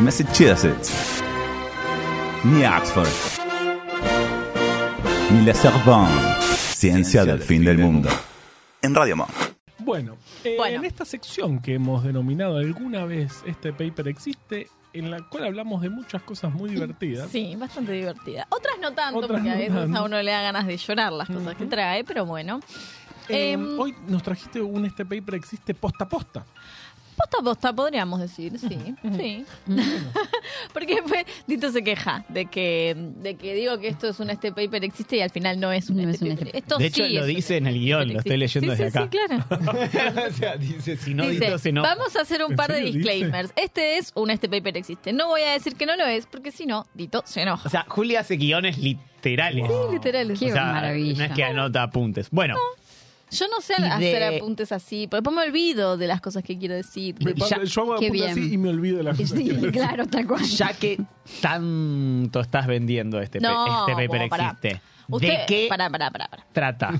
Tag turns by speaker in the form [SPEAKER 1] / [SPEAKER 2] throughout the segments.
[SPEAKER 1] Massachusetts, ni Oxford, ni la Sorbonne. Ciencia del fin del mundo. En Radio Monk.
[SPEAKER 2] Bueno, eh,
[SPEAKER 3] Bueno.
[SPEAKER 2] en esta sección que hemos denominado alguna vez este paper existe, en la cual hablamos de muchas cosas muy divertidas.
[SPEAKER 3] Sí, bastante divertida. Otras no tanto,
[SPEAKER 2] Otras
[SPEAKER 3] porque
[SPEAKER 2] no
[SPEAKER 3] a veces
[SPEAKER 2] tanto.
[SPEAKER 3] a uno le da ganas de llorar las cosas que trae, pero bueno.
[SPEAKER 2] Eh,
[SPEAKER 3] Em,
[SPEAKER 2] hoy nos trajiste un este paper existe posta a posta.
[SPEAKER 3] Posta a posta, podríamos decir, sí. sí. porque fue- Dito se queja de que, de que digo que esto es un este paper existe y al final no es un,
[SPEAKER 4] No
[SPEAKER 3] este,
[SPEAKER 4] es un
[SPEAKER 3] paper.
[SPEAKER 4] este-
[SPEAKER 3] Esto
[SPEAKER 5] De hecho,
[SPEAKER 3] sí
[SPEAKER 5] lo
[SPEAKER 3] es un
[SPEAKER 5] dice en el
[SPEAKER 3] este
[SPEAKER 5] guión,
[SPEAKER 3] paper
[SPEAKER 5] lo estoy
[SPEAKER 3] existe.
[SPEAKER 5] leyendo
[SPEAKER 3] Sí,
[SPEAKER 5] desde
[SPEAKER 3] sí, Sí, claro.
[SPEAKER 5] o sea, dice, si no
[SPEAKER 3] Dice,
[SPEAKER 5] dito, si no.
[SPEAKER 3] Vamos a hacer un
[SPEAKER 2] ¿En
[SPEAKER 3] par de
[SPEAKER 2] serio dice?
[SPEAKER 3] disclaimers. Este es un este paper existe. No voy a decir que no lo es, porque si no, Dito se enoja.
[SPEAKER 5] O sea, Julia hace guiones literales.
[SPEAKER 3] Literal, es
[SPEAKER 4] Qué
[SPEAKER 5] O sea,
[SPEAKER 4] maravilla.
[SPEAKER 5] No es que anota apuntes. Bueno,
[SPEAKER 3] Yo no sé
[SPEAKER 5] Y
[SPEAKER 3] hacer
[SPEAKER 5] de-
[SPEAKER 3] apuntes así, porque después me olvido de las cosas que quiero decir.
[SPEAKER 2] Me
[SPEAKER 5] Y
[SPEAKER 2] pasa-
[SPEAKER 5] ya- este
[SPEAKER 2] yo hago
[SPEAKER 4] qué
[SPEAKER 2] apuntes
[SPEAKER 4] bien.
[SPEAKER 2] así y me olvido de las cosas.
[SPEAKER 4] Sí,
[SPEAKER 2] que quiero decir.
[SPEAKER 4] claro, tal cual.
[SPEAKER 5] ya que tanto estás vendiendo este, pe-
[SPEAKER 3] No,
[SPEAKER 5] este paper
[SPEAKER 3] bueno, pará.
[SPEAKER 5] existe,
[SPEAKER 3] Usted,
[SPEAKER 5] ¿de qué
[SPEAKER 3] Pará, pará, pará, pará.
[SPEAKER 5] trata?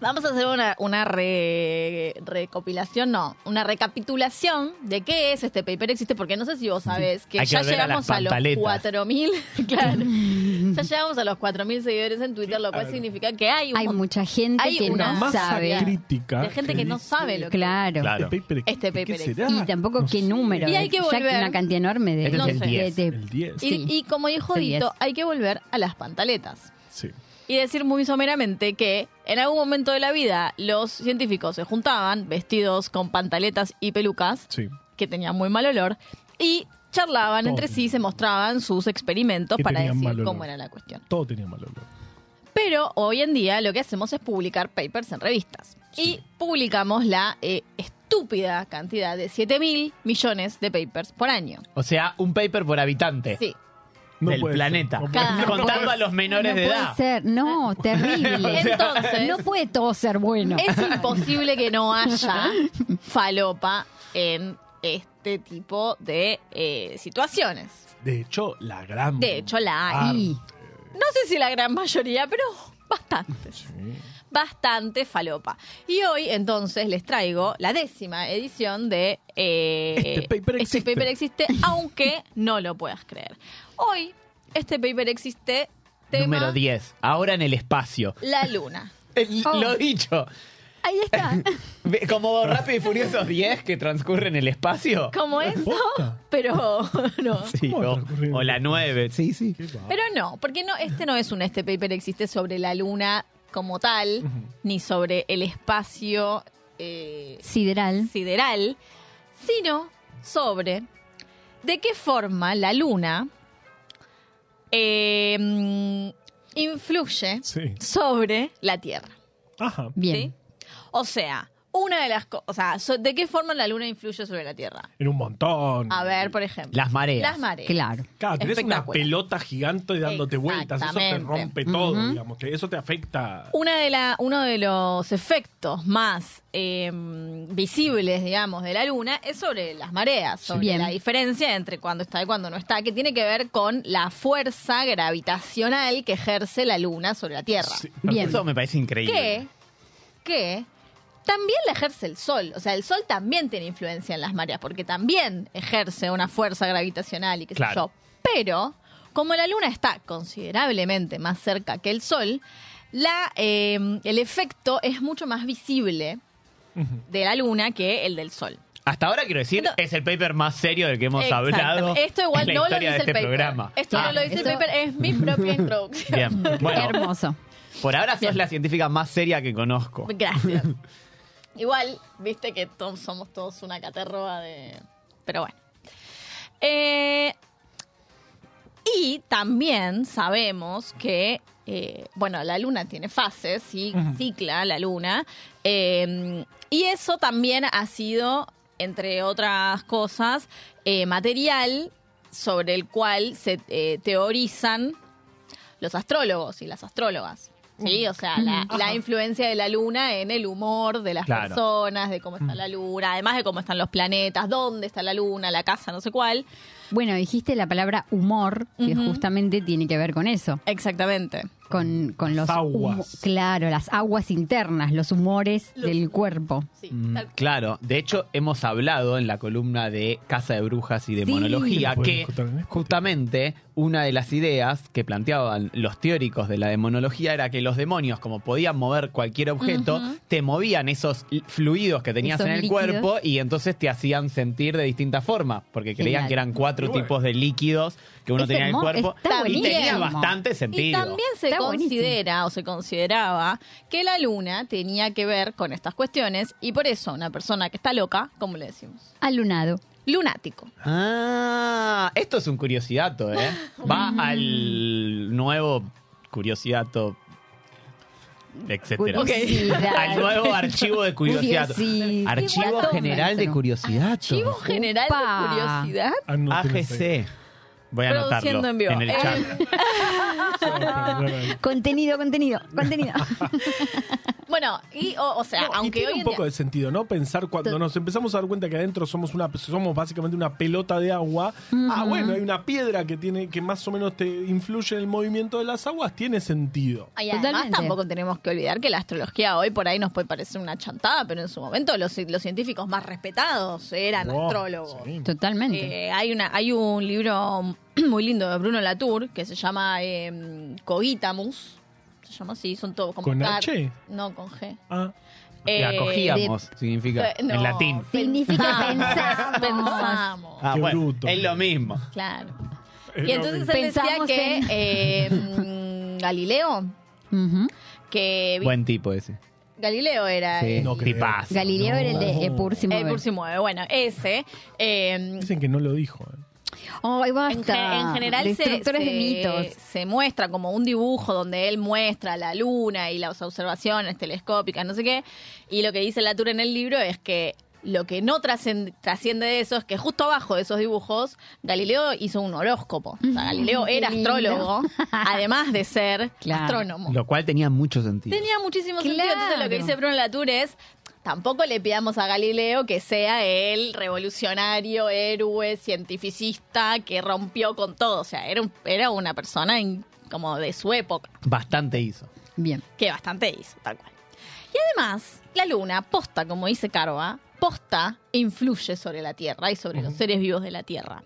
[SPEAKER 3] Vamos a hacer una, una re- recopilación, no, una recapitulación de qué es este paper existe, porque no sé si vos sabés que
[SPEAKER 5] Hay que
[SPEAKER 3] ya
[SPEAKER 5] volver a
[SPEAKER 3] llegamos
[SPEAKER 5] las
[SPEAKER 3] a, los
[SPEAKER 5] pantaletas.
[SPEAKER 3] 4.000, claro, ya llegamos a los 4.000 seguidores en Twitter, lo cual significa que hay un
[SPEAKER 4] Hay
[SPEAKER 3] montón
[SPEAKER 4] mucha gente
[SPEAKER 3] Hay
[SPEAKER 4] que
[SPEAKER 3] una
[SPEAKER 4] no
[SPEAKER 2] masa
[SPEAKER 4] sabe.
[SPEAKER 2] crítica.
[SPEAKER 3] de gente que no sabe lo que
[SPEAKER 4] Claro.
[SPEAKER 5] Claro.
[SPEAKER 2] Este paper,
[SPEAKER 3] Este
[SPEAKER 2] ¿qué
[SPEAKER 3] paper
[SPEAKER 2] será?
[SPEAKER 4] Y tampoco
[SPEAKER 2] No
[SPEAKER 4] qué
[SPEAKER 2] sé.
[SPEAKER 4] número. eh,
[SPEAKER 3] Y hay que
[SPEAKER 4] ya
[SPEAKER 3] volver.
[SPEAKER 4] una cantidad enorme de.
[SPEAKER 5] Este
[SPEAKER 3] es el
[SPEAKER 4] de-
[SPEAKER 5] 10.
[SPEAKER 4] de-
[SPEAKER 2] El 10.
[SPEAKER 3] Y,
[SPEAKER 4] Sí.
[SPEAKER 3] y como dijo
[SPEAKER 4] Sí,
[SPEAKER 3] Dito,
[SPEAKER 4] es.
[SPEAKER 3] hay que volver a las pantaletas.
[SPEAKER 2] Sí.
[SPEAKER 3] y decir muy someramente que en algún momento de la vida los científicos se juntaban vestidos con pantaletas y pelucas
[SPEAKER 2] Sí.
[SPEAKER 3] que tenían muy mal olor y charlaban
[SPEAKER 2] Todo.
[SPEAKER 3] entre sí, se mostraban sus
[SPEAKER 2] Oh.
[SPEAKER 3] experimentos
[SPEAKER 2] Que
[SPEAKER 3] para
[SPEAKER 2] tenían mal
[SPEAKER 3] decir
[SPEAKER 2] olor.
[SPEAKER 3] cómo era la cuestión.
[SPEAKER 2] Todo tenía mal olor.
[SPEAKER 3] Pero hoy en día lo que hacemos es publicar papers en revistas y publicamos la eh, estúpida cantidad de 7 mil millones de papers por año.
[SPEAKER 5] O sea, un paper por
[SPEAKER 2] Eh,
[SPEAKER 5] habitante
[SPEAKER 3] Sí.
[SPEAKER 2] No
[SPEAKER 5] del
[SPEAKER 2] puede ser,
[SPEAKER 5] planeta.
[SPEAKER 2] no puede
[SPEAKER 3] Cada-
[SPEAKER 2] ser.
[SPEAKER 5] Contando a los menores
[SPEAKER 4] no
[SPEAKER 5] de
[SPEAKER 4] puede
[SPEAKER 5] edad.
[SPEAKER 4] ser. No, terrible.
[SPEAKER 3] Ah. Entonces-
[SPEAKER 4] No puede todo ser bueno.
[SPEAKER 3] Es imposible que no haya falopa en este tipo de eh, situaciones.
[SPEAKER 2] De hecho, la gran.
[SPEAKER 3] De hecho, la hay.
[SPEAKER 4] Y-
[SPEAKER 3] No sé si la gran mayoría, pero bastantes. Bastante falopa. Y hoy, entonces, les traigo la décima edición de eh,
[SPEAKER 2] Este paper existe.
[SPEAKER 3] paper existe, aunque no lo puedas creer. Hoy, este paper existe, tema
[SPEAKER 5] Número 10. Ahora en el espacio.
[SPEAKER 3] la luna.
[SPEAKER 5] El-
[SPEAKER 4] Oh.
[SPEAKER 5] Lo dicho.
[SPEAKER 4] Ahí está.
[SPEAKER 5] Ve- Como Rápido y Furioso 10 que transcurre en el espacio.
[SPEAKER 3] Como eso,
[SPEAKER 2] posta?
[SPEAKER 3] pero no.
[SPEAKER 5] Sí,
[SPEAKER 2] ¿Cómo
[SPEAKER 5] o,
[SPEAKER 2] transcurre en el
[SPEAKER 5] o la
[SPEAKER 2] espacio?
[SPEAKER 5] 9. Sí, sí.
[SPEAKER 2] Qué va-
[SPEAKER 3] Pero no, porque no, este no es un este paper existe sobre la luna como tal, ni sobre el espacio eh,
[SPEAKER 4] Sideral.
[SPEAKER 3] sideral, sino sobre de qué forma la luna eh, mm, influye
[SPEAKER 2] Sí.
[SPEAKER 3] sobre la Tierra.
[SPEAKER 2] Ajá.
[SPEAKER 4] Bien.
[SPEAKER 3] ¿sí? O sea, una de las cosas, ¿de qué forma la luna influye sobre la Tierra?
[SPEAKER 2] En un montón.
[SPEAKER 3] A ver, por ejemplo.
[SPEAKER 5] Las mareas.
[SPEAKER 3] Las mareas.
[SPEAKER 4] Claro.
[SPEAKER 2] Claro, tenés una
[SPEAKER 3] Espectacular.
[SPEAKER 2] pelota gigante dándote vueltas. Eso te
[SPEAKER 3] Exactamente.
[SPEAKER 2] rompe todo, digamos. Te- eso te afecta.
[SPEAKER 3] Una de la, uno de los efectos más eh, visibles, digamos, de la luna es sobre las mareas, sobre
[SPEAKER 4] Bien.
[SPEAKER 3] la diferencia entre cuando está y cuando no está, que tiene que ver con la fuerza gravitacional que ejerce la luna sobre la Tierra.
[SPEAKER 2] Sí,
[SPEAKER 4] Bien.
[SPEAKER 5] Eso me parece increíble.
[SPEAKER 3] Que, que también la ejerce el Sol. O sea, el Sol también tiene influencia en las mareas, porque también ejerce una fuerza gravitacional y qué sé
[SPEAKER 5] Claro.
[SPEAKER 3] yo. Pero, como la Luna está considerablemente más cerca que el Sol, la, eh, el efecto es mucho más visible de la Luna que el del Sol.
[SPEAKER 5] Hasta ahora quiero decir,
[SPEAKER 3] Entonces-
[SPEAKER 5] es el paper más serio del que hemos
[SPEAKER 3] Exactamente.
[SPEAKER 5] hablado.
[SPEAKER 3] Esto igual
[SPEAKER 5] en la
[SPEAKER 3] no lo dice
[SPEAKER 5] historia de
[SPEAKER 3] el
[SPEAKER 5] este
[SPEAKER 3] paper.
[SPEAKER 5] programa.
[SPEAKER 3] Esto no
[SPEAKER 5] Ah,
[SPEAKER 3] lo dice
[SPEAKER 4] eso-
[SPEAKER 3] el paper, es mi propia introducción.
[SPEAKER 5] Bien. Bueno,
[SPEAKER 4] Hermoso.
[SPEAKER 5] por ahora sos la científica más seria que conozco.
[SPEAKER 3] Gracias. Igual, viste que to- somos todos una caterroa de. Pero bueno. Eh, y también sabemos que, eh, bueno, la luna tiene fases y cicla la luna. eh, y eso también ha sido, entre otras cosas, eh, material sobre el cual se eh, teorizan los astrólogos y las astrólogas. Sí, o sea, la, la influencia de la luna en el humor de las
[SPEAKER 5] Claro.
[SPEAKER 3] personas, de cómo está la luna, además de cómo están los planetas, dónde está la luna, la casa, no sé cuál.
[SPEAKER 4] Bueno, dijiste la palabra humor, que
[SPEAKER 3] Ujú.
[SPEAKER 4] justamente tiene que ver con eso.
[SPEAKER 3] Exactamente.
[SPEAKER 4] con, con los
[SPEAKER 2] Aguas.
[SPEAKER 4] humo- claro, las aguas internas, los humores
[SPEAKER 3] Los-
[SPEAKER 4] del cuerpo.
[SPEAKER 3] Sí,
[SPEAKER 5] Mm,
[SPEAKER 3] tal-
[SPEAKER 5] Claro, de hecho hemos hablado en la columna de Casa de Brujas y de
[SPEAKER 4] Sí.
[SPEAKER 5] Monología
[SPEAKER 2] Podemos
[SPEAKER 5] que
[SPEAKER 2] contar en esto.
[SPEAKER 5] justamente una de las ideas que planteaban los teóricos de la demonología era que los demonios, como podían mover cualquier objeto,
[SPEAKER 3] Ujú.
[SPEAKER 5] te movían esos l- fluidos que tenías
[SPEAKER 4] Esos
[SPEAKER 5] en el
[SPEAKER 4] líquidos.
[SPEAKER 5] cuerpo y entonces te hacían sentir de distintas formas, porque creían
[SPEAKER 4] Genial.
[SPEAKER 5] que eran cuatro
[SPEAKER 2] Y bueno.
[SPEAKER 5] tipos de líquidos que uno
[SPEAKER 4] Es
[SPEAKER 5] tenía en el
[SPEAKER 4] hermo-
[SPEAKER 5] cuerpo
[SPEAKER 4] está
[SPEAKER 5] y tenía
[SPEAKER 3] buenísimo.
[SPEAKER 5] bastante sentido.
[SPEAKER 3] Y también se
[SPEAKER 4] Está buenísimo.
[SPEAKER 3] considera o se consideraba que la luna tenía que ver con estas cuestiones y por eso una persona que está loca, ¿cómo le decimos?
[SPEAKER 4] Alunado.
[SPEAKER 3] Lunático.
[SPEAKER 5] Ah, esto es un curiosidato, ¿eh? Va al nuevo curiosidato, etcétera.
[SPEAKER 4] Curiosidad.
[SPEAKER 5] Al nuevo archivo de curiosidato.
[SPEAKER 4] Curiosi-
[SPEAKER 5] Archivo
[SPEAKER 4] Dato
[SPEAKER 5] General de
[SPEAKER 4] nuestro.
[SPEAKER 5] Curiosidad.
[SPEAKER 3] Archivo General
[SPEAKER 4] Upa.
[SPEAKER 3] de Curiosidad.
[SPEAKER 2] Ah, no, tú no sabes.
[SPEAKER 5] AGC. Voy a
[SPEAKER 3] Produciendo
[SPEAKER 5] anotarlo
[SPEAKER 3] en vivo.
[SPEAKER 5] en el
[SPEAKER 3] Eh.
[SPEAKER 5] chat.
[SPEAKER 4] Contenido, contenido, contenido.
[SPEAKER 3] Bueno, y o, o sea,
[SPEAKER 2] No, y
[SPEAKER 3] aunque
[SPEAKER 2] tiene
[SPEAKER 3] hoy
[SPEAKER 2] un
[SPEAKER 3] en
[SPEAKER 2] poco
[SPEAKER 3] día...
[SPEAKER 2] de sentido, ¿no? Pensar cuando
[SPEAKER 4] To-
[SPEAKER 2] nos empezamos a dar cuenta que adentro somos una somos básicamente una pelota de agua. Ah, bueno, hay una piedra que tiene que más o menos te influye en el movimiento de las aguas, tiene sentido.
[SPEAKER 3] Y además
[SPEAKER 4] Totalmente.
[SPEAKER 3] tampoco tenemos que olvidar que la astrología hoy por ahí nos puede parecer una chantada, pero en su momento los, los científicos más respetados eran
[SPEAKER 2] Wow,
[SPEAKER 3] astrólogos.
[SPEAKER 2] sí.
[SPEAKER 4] Totalmente.
[SPEAKER 3] Eh, hay, una, hay un libro muy lindo de Bruno Latour que se llama eh, Cogitamus. Se llama así, son todos como
[SPEAKER 2] ¿Con
[SPEAKER 3] car-
[SPEAKER 2] H?
[SPEAKER 3] No, con G.
[SPEAKER 2] Ah,
[SPEAKER 5] La
[SPEAKER 3] Eh,
[SPEAKER 5] cogíamos, significa.
[SPEAKER 3] eh, no,
[SPEAKER 5] En latín.
[SPEAKER 4] Significa pensamos.
[SPEAKER 3] pensamos, Pensamos,
[SPEAKER 5] Ah,
[SPEAKER 2] Qué
[SPEAKER 5] bueno,
[SPEAKER 2] bruto.
[SPEAKER 5] es lo mismo.
[SPEAKER 3] claro.
[SPEAKER 2] es
[SPEAKER 3] Y
[SPEAKER 2] lo
[SPEAKER 3] entonces
[SPEAKER 2] mismo.
[SPEAKER 3] él decía
[SPEAKER 4] Pensamos
[SPEAKER 3] que
[SPEAKER 4] en-
[SPEAKER 3] eh, mm, Galileo,
[SPEAKER 4] Ujú.
[SPEAKER 3] que vi-
[SPEAKER 5] Buen tipo ese.
[SPEAKER 3] Galileo era
[SPEAKER 5] Sí.
[SPEAKER 3] el-
[SPEAKER 2] eh, No creo.
[SPEAKER 5] Tipazo.
[SPEAKER 4] Galileo era el de
[SPEAKER 2] No.
[SPEAKER 4] Epur sin
[SPEAKER 3] eh, el
[SPEAKER 4] mover.
[SPEAKER 3] Cursi Mueve. Bueno, ese. eh,
[SPEAKER 2] dicen que no lo dijo. ¿eh?
[SPEAKER 4] Ay,
[SPEAKER 3] En,
[SPEAKER 4] basta.
[SPEAKER 3] ge- en general se,
[SPEAKER 4] Destructores de
[SPEAKER 3] se-
[SPEAKER 4] mitos.
[SPEAKER 3] se muestra como un dibujo donde él muestra la luna y las observaciones telescópicas, no sé qué. Y lo que dice Latour en el libro es que lo que no trascend- trasciende de eso es que justo abajo de esos dibujos Galileo hizo un horóscopo. O sea, Galileo
[SPEAKER 4] qué
[SPEAKER 3] era
[SPEAKER 4] lindo.
[SPEAKER 3] astrólogo, además de ser
[SPEAKER 4] Claro.
[SPEAKER 3] astrónomo.
[SPEAKER 5] Lo cual tenía mucho sentido.
[SPEAKER 3] Tenía muchísimo sentido.
[SPEAKER 4] Claro.
[SPEAKER 3] Entonces lo que dice Bruno Latour es, tampoco le pidamos a Galileo que sea el revolucionario, héroe, cientificista que rompió con todo. O sea, era, un- era una persona en- como de su época,
[SPEAKER 5] Bastante hizo.
[SPEAKER 4] Bien.
[SPEAKER 3] que bastante hizo, tal cual. Y además, la luna, posta, como dice Carva, posta influye sobre la Tierra y sobre los seres vivos de la Tierra.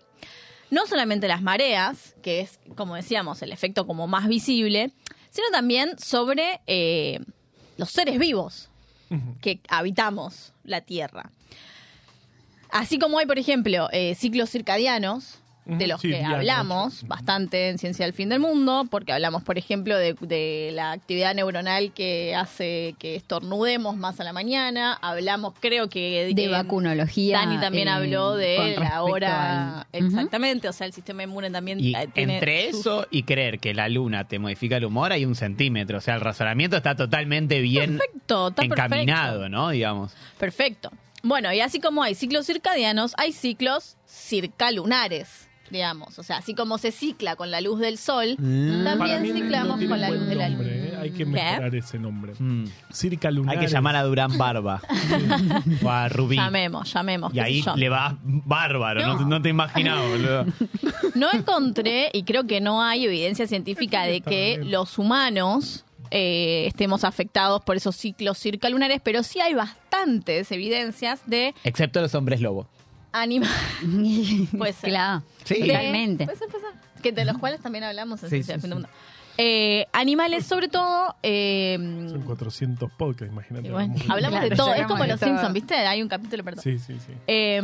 [SPEAKER 3] No solamente las mareas, que es, como decíamos, el efecto como más visible, sino también sobre eh, los seres vivos que habitamos la Tierra. Así como hay, por ejemplo, eh, ciclos circadianos, de
[SPEAKER 2] Ujú,
[SPEAKER 3] los
[SPEAKER 2] sí,
[SPEAKER 3] que
[SPEAKER 2] día, noche.
[SPEAKER 3] hablamos bastante en Ciencia del Fin del Mundo, porque hablamos, por ejemplo, de, de la actividad neuronal que hace que estornudemos más a la mañana, hablamos, creo que...
[SPEAKER 4] De
[SPEAKER 3] en-
[SPEAKER 4] vacunología.
[SPEAKER 3] Dani también
[SPEAKER 4] eh,
[SPEAKER 3] habló
[SPEAKER 4] con
[SPEAKER 3] de la
[SPEAKER 4] respecto al-
[SPEAKER 3] hora.
[SPEAKER 4] Ujú.
[SPEAKER 3] Exactamente, o sea, el sistema inmune también
[SPEAKER 5] Y
[SPEAKER 3] eh, tiene
[SPEAKER 5] entre
[SPEAKER 3] sus-
[SPEAKER 5] eso y creer que la luna te modifica el humor hay un centímetro. O sea, el razonamiento está totalmente bien
[SPEAKER 3] Perfecto, está
[SPEAKER 5] encaminado,
[SPEAKER 3] perfecto.
[SPEAKER 5] ¿no? Digamos.
[SPEAKER 3] Perfecto. Bueno, y así como hay ciclos circadianos, hay ciclos circalunares, digamos. O sea, así como se cicla con la luz del sol,
[SPEAKER 2] Mm. Para
[SPEAKER 3] también
[SPEAKER 2] mí no
[SPEAKER 3] ciclamos
[SPEAKER 2] tiene
[SPEAKER 3] con la
[SPEAKER 2] buen
[SPEAKER 3] luz de la luna.
[SPEAKER 2] nombre, ¿eh? Hay que
[SPEAKER 3] ¿Qué?
[SPEAKER 2] mejorar ese nombre.
[SPEAKER 5] Mm.
[SPEAKER 2] Circa
[SPEAKER 5] Hay
[SPEAKER 2] lunar.
[SPEAKER 5] que llamar a Durán Barba o a Rubí.
[SPEAKER 3] Llamemos, llamemos.
[SPEAKER 5] Y
[SPEAKER 3] qué sé
[SPEAKER 5] ahí
[SPEAKER 3] yo.
[SPEAKER 5] le va bárbaro, no,
[SPEAKER 3] No.
[SPEAKER 5] no te imaginaba, boludo.
[SPEAKER 3] No encontré, y creo que no hay evidencia científica de
[SPEAKER 2] Está
[SPEAKER 3] que
[SPEAKER 2] bien.
[SPEAKER 3] los humanos eh, estemos afectados por esos ciclos circalunares, pero sí hay bastantes evidencias de
[SPEAKER 5] Excepto los hombres lobo.
[SPEAKER 3] animales. Puede ser.
[SPEAKER 4] Claro.
[SPEAKER 5] Sí.
[SPEAKER 4] Totalmente.
[SPEAKER 3] Puede ser, puede ser. Que de los cuales también hablamos en
[SPEAKER 5] Sí,
[SPEAKER 3] Ciencia del
[SPEAKER 5] sí,
[SPEAKER 3] Fin del
[SPEAKER 5] sí.
[SPEAKER 3] Mundo. Eh, animales, sobre todo. eh,
[SPEAKER 2] Son 400 podcasts, imagínate.
[SPEAKER 3] y bueno,
[SPEAKER 2] Vamos.
[SPEAKER 3] hablamos de
[SPEAKER 4] Claro,
[SPEAKER 3] todo. Es
[SPEAKER 4] hablamos
[SPEAKER 3] como
[SPEAKER 4] de
[SPEAKER 3] los
[SPEAKER 4] todo.
[SPEAKER 3] Simpsons, ¿viste? Hay un capítulo, perdón.
[SPEAKER 2] Sí, sí, sí.
[SPEAKER 3] eh,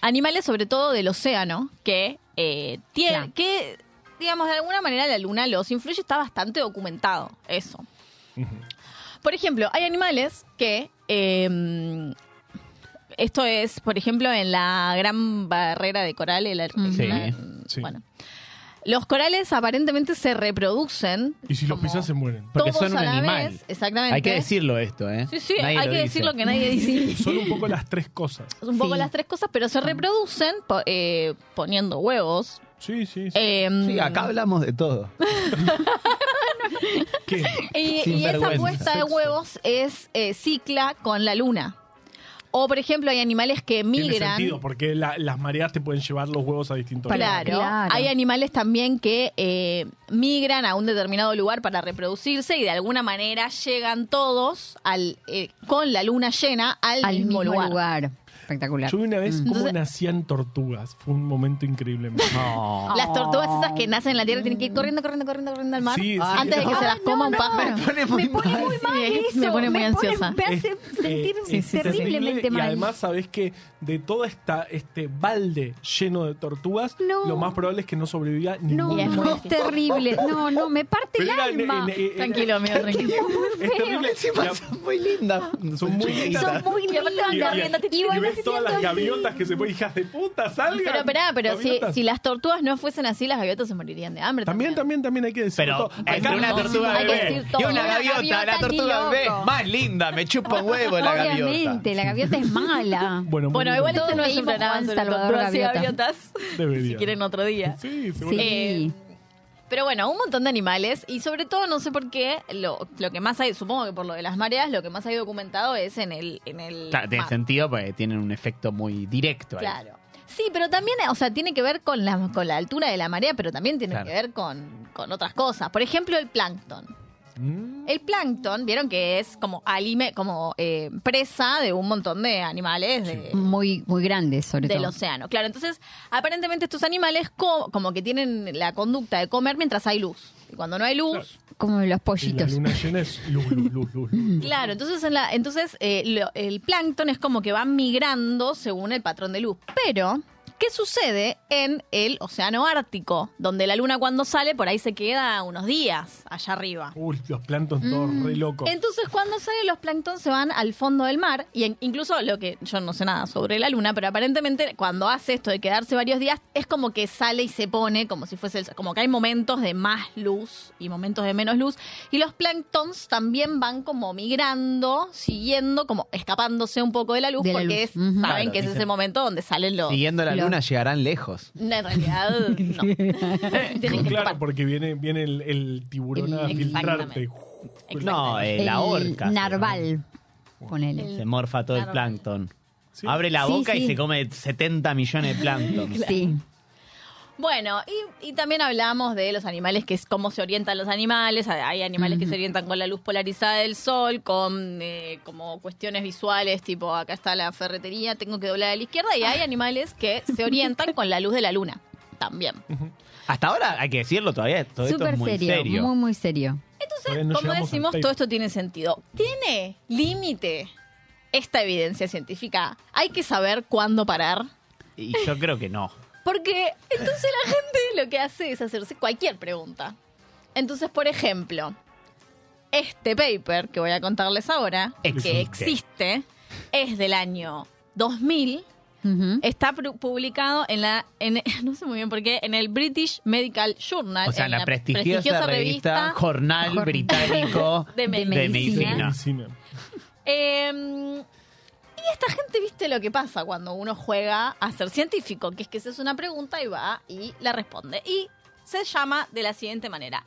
[SPEAKER 3] animales sobre todo del océano que eh, tie-
[SPEAKER 4] Claro.
[SPEAKER 3] que digamos de alguna manera la luna los influye está bastante documentado eso por ejemplo hay animales que eh, esto es por ejemplo en la gran barrera de coral el,
[SPEAKER 5] Mm. Sí,
[SPEAKER 2] sí.
[SPEAKER 3] bueno los corales aparentemente se reproducen
[SPEAKER 2] Y si los
[SPEAKER 3] como
[SPEAKER 2] pisas se mueren.
[SPEAKER 5] Porque
[SPEAKER 3] todos
[SPEAKER 5] son un
[SPEAKER 3] a la
[SPEAKER 5] animal.
[SPEAKER 3] vez, exactamente
[SPEAKER 5] Hay que decirlo esto, ¿eh?
[SPEAKER 3] sí sí
[SPEAKER 5] Nadie
[SPEAKER 3] hay
[SPEAKER 5] lo
[SPEAKER 3] que
[SPEAKER 5] dice.
[SPEAKER 3] decir lo que nadie dice
[SPEAKER 2] Son un poco las tres cosas.
[SPEAKER 3] un poco
[SPEAKER 4] Sí.
[SPEAKER 3] las tres cosas, pero se
[SPEAKER 5] Mm.
[SPEAKER 3] reproducen po- eh, poniendo huevos.
[SPEAKER 2] Sí, sí. sí.
[SPEAKER 3] Eh,
[SPEAKER 5] Sí, acá hablamos de todo.
[SPEAKER 2] ¿Qué?
[SPEAKER 3] Y,
[SPEAKER 5] Sin
[SPEAKER 3] y esa
[SPEAKER 5] vergüenza.
[SPEAKER 3] puesta de
[SPEAKER 2] Sexo.
[SPEAKER 3] huevos es eh, cicla con la luna. O, por ejemplo, hay animales que
[SPEAKER 2] Tiene
[SPEAKER 3] migran.
[SPEAKER 2] sentido, porque la- las mareas te pueden llevar los huevos a distintos
[SPEAKER 3] Claro.
[SPEAKER 4] Claro.
[SPEAKER 3] Hay animales también que eh, migran a un determinado lugar para reproducirse y de alguna manera llegan todos al, eh, con la luna llena al,
[SPEAKER 4] al
[SPEAKER 3] mismo, lugar.
[SPEAKER 4] Espectacular.
[SPEAKER 2] Yo vi una vez cómo
[SPEAKER 3] Entonces-
[SPEAKER 2] nacían tortugas. Fue un momento increíble.
[SPEAKER 5] No.
[SPEAKER 3] Las tortugas esas que nacen en la tierra tienen que ir corriendo, corriendo, corriendo, corriendo al mar
[SPEAKER 2] Sí, sí.
[SPEAKER 3] antes de que se las coma un pájaro.
[SPEAKER 5] Pone muy mal.
[SPEAKER 6] muy mal
[SPEAKER 3] Sí,
[SPEAKER 6] eso.
[SPEAKER 3] me pone muy ansiosa.
[SPEAKER 6] Me hace
[SPEAKER 2] Es-
[SPEAKER 6] sentir
[SPEAKER 2] eh, es terrible,
[SPEAKER 6] terriblemente
[SPEAKER 2] Y
[SPEAKER 6] mal.
[SPEAKER 2] además sabés que de todo esta, este balde lleno de tortugas,
[SPEAKER 6] No.
[SPEAKER 2] lo más probable es que no sobrevivía
[SPEAKER 6] no,
[SPEAKER 3] Y
[SPEAKER 2] ninguna.
[SPEAKER 3] es muy
[SPEAKER 6] no, es terrible. No, no, me parte el
[SPEAKER 2] Pero era en-
[SPEAKER 6] alma.
[SPEAKER 2] en- en-
[SPEAKER 3] Tranquilo, amigo, tranquilo.
[SPEAKER 2] es terrible.
[SPEAKER 5] Encima son muy lindas.
[SPEAKER 2] Son muy lindas.
[SPEAKER 6] Son muy
[SPEAKER 3] Y aparte
[SPEAKER 6] lindas.
[SPEAKER 3] van
[SPEAKER 2] Y- y-
[SPEAKER 3] corriendo, te
[SPEAKER 2] y
[SPEAKER 6] tiran-
[SPEAKER 2] ves todas las
[SPEAKER 6] haciendo así.
[SPEAKER 2] gaviotas que se fue, hijas de puta, salgan.
[SPEAKER 3] Pero esperá, pero si,
[SPEAKER 2] Gaviotas.
[SPEAKER 3] si las tortugas no fuesen así, las gaviotas se morirían de hambre.
[SPEAKER 2] También, también, también hay que decir.
[SPEAKER 5] Pero entre una
[SPEAKER 3] no,
[SPEAKER 5] tortuga
[SPEAKER 3] hay que
[SPEAKER 5] bebé
[SPEAKER 3] decir
[SPEAKER 5] y
[SPEAKER 3] todo.
[SPEAKER 5] una
[SPEAKER 3] Una
[SPEAKER 5] gaviota, la
[SPEAKER 4] gaviota ni
[SPEAKER 5] tortuga bebé
[SPEAKER 4] loco.
[SPEAKER 5] más linda, me chupa un huevo la gaviota.
[SPEAKER 4] Obviamente, la gaviota es mala.
[SPEAKER 2] Bueno,
[SPEAKER 3] Bueno,
[SPEAKER 2] muy
[SPEAKER 3] igual
[SPEAKER 2] bien.
[SPEAKER 3] este no es un
[SPEAKER 4] Todos
[SPEAKER 3] programa
[SPEAKER 4] leímos
[SPEAKER 3] sobre
[SPEAKER 4] Juan Salvador
[SPEAKER 3] tortugas y
[SPEAKER 4] Gaviota.
[SPEAKER 3] gaviotas.
[SPEAKER 2] Debería.
[SPEAKER 3] Si quieren otro día.
[SPEAKER 2] Sí,
[SPEAKER 4] Sí.
[SPEAKER 2] seguramente.
[SPEAKER 3] Eh, pero bueno, un montón de animales y sobre todo no sé por qué lo, lo que más hay, supongo que por lo de las mareas, lo que más hay documentado es en el en el
[SPEAKER 5] Claro, tiene
[SPEAKER 3] mar.
[SPEAKER 5] sentido porque tienen un efecto muy directo. ahí.
[SPEAKER 3] Ah. Claro. Sí, pero también, o sea, tiene que ver con la, con la altura de la marea, pero también tiene
[SPEAKER 5] Claro.
[SPEAKER 3] que ver con, con otras cosas. Por ejemplo, el plancton.
[SPEAKER 2] Mm.
[SPEAKER 3] El plancton, vieron que es como alime, como eh, presa de un montón de animales de,
[SPEAKER 6] Mm.
[SPEAKER 4] Muy, muy grande, sobre
[SPEAKER 3] del
[SPEAKER 4] todo.
[SPEAKER 3] océano. Claro, entonces, aparentemente estos animales co- como que tienen la conducta de comer mientras hay luz. Y cuando no hay luz,
[SPEAKER 4] Como los
[SPEAKER 2] Y la
[SPEAKER 4] pollitos.
[SPEAKER 2] luna llena es luz, luz, luz, luz. luz.
[SPEAKER 3] claro, entonces, en la, entonces eh, lo- el plancton es como que va migrando según el patrón de luz. Pero, ¿qué sucede en el océano ártico? Donde la luna cuando sale, por ahí se queda unos días allá arriba.
[SPEAKER 2] Uy, los plantos todos
[SPEAKER 3] Mm,
[SPEAKER 2] re locos.
[SPEAKER 3] Entonces, cuando salen los plancton se van al fondo del mar y en- incluso lo que yo no sé nada sobre la luna, pero aparentemente cuando hace esto de quedarse varios días es como que sale y se pone como si fuese el- como que hay momentos de más luz y momentos de menos luz y los planctons también van como migrando, siguiendo como escapándose un poco de la luz
[SPEAKER 4] De la
[SPEAKER 3] porque
[SPEAKER 4] luz.
[SPEAKER 3] es-
[SPEAKER 4] Ujú.
[SPEAKER 3] saben
[SPEAKER 5] Claro,
[SPEAKER 3] que es
[SPEAKER 5] dicen-
[SPEAKER 3] ese momento donde salen los
[SPEAKER 5] Siguiendo la
[SPEAKER 4] Lo-
[SPEAKER 5] luna llegarán lejos.
[SPEAKER 3] No, en realidad no. Tienen que escapar.
[SPEAKER 2] Claro, porque viene, viene el, el tiburón a
[SPEAKER 3] El-
[SPEAKER 2] filtrarte.
[SPEAKER 3] exactamente.
[SPEAKER 5] No, eh,
[SPEAKER 4] El
[SPEAKER 5] la orca. se
[SPEAKER 4] Narval. Ponele.
[SPEAKER 5] llama. Se morfa todo el plancton.
[SPEAKER 2] Sí.
[SPEAKER 5] Abre la
[SPEAKER 4] Sí,
[SPEAKER 5] boca y
[SPEAKER 4] sí.
[SPEAKER 5] se come 70 millones de plancton.
[SPEAKER 4] Sí.
[SPEAKER 3] Bueno, y, y también hablamos de los animales, que es cómo se orientan los animales. Hay animales que se orientan con la luz polarizada del sol, con eh, como cuestiones visuales, tipo acá está la ferretería, tengo que doblar a la izquierda. Y hay
[SPEAKER 2] Ah.
[SPEAKER 3] animales que se orientan con la luz de la luna también.
[SPEAKER 5] Hasta ahora, hay que decirlo todavía, todo esto
[SPEAKER 4] Súper
[SPEAKER 5] es muy
[SPEAKER 4] serio,
[SPEAKER 5] serio.
[SPEAKER 4] Muy, muy serio.
[SPEAKER 2] Todavía
[SPEAKER 3] Entonces,
[SPEAKER 2] no
[SPEAKER 3] como
[SPEAKER 2] llegamos al
[SPEAKER 3] decimos,
[SPEAKER 2] tape.
[SPEAKER 3] todo esto tiene sentido. ¿Tiene límite esta evidencia científica? Hay que saber cuándo parar.
[SPEAKER 5] Y yo creo que no.
[SPEAKER 3] Porque entonces la gente lo que hace es hacerse cualquier pregunta. Entonces, por ejemplo, este paper que voy a contarles ahora,
[SPEAKER 5] Existe.
[SPEAKER 3] que existe, es del año 2000,
[SPEAKER 4] Ujú.
[SPEAKER 3] está pru- publicado en la, en- no sé muy bien por qué, en el British Medical Journal.
[SPEAKER 5] O sea,
[SPEAKER 3] en
[SPEAKER 5] la, prestigiosa, revista, Jornal
[SPEAKER 4] Jor-
[SPEAKER 5] Británico
[SPEAKER 3] De
[SPEAKER 5] de
[SPEAKER 4] Medicina.
[SPEAKER 5] Medicina.
[SPEAKER 2] Medicina.
[SPEAKER 3] Eh, y esta gente, viste lo que pasa cuando uno juega a ser científico, que es que se hace una pregunta y va y la responde. Y se llama de la siguiente manera.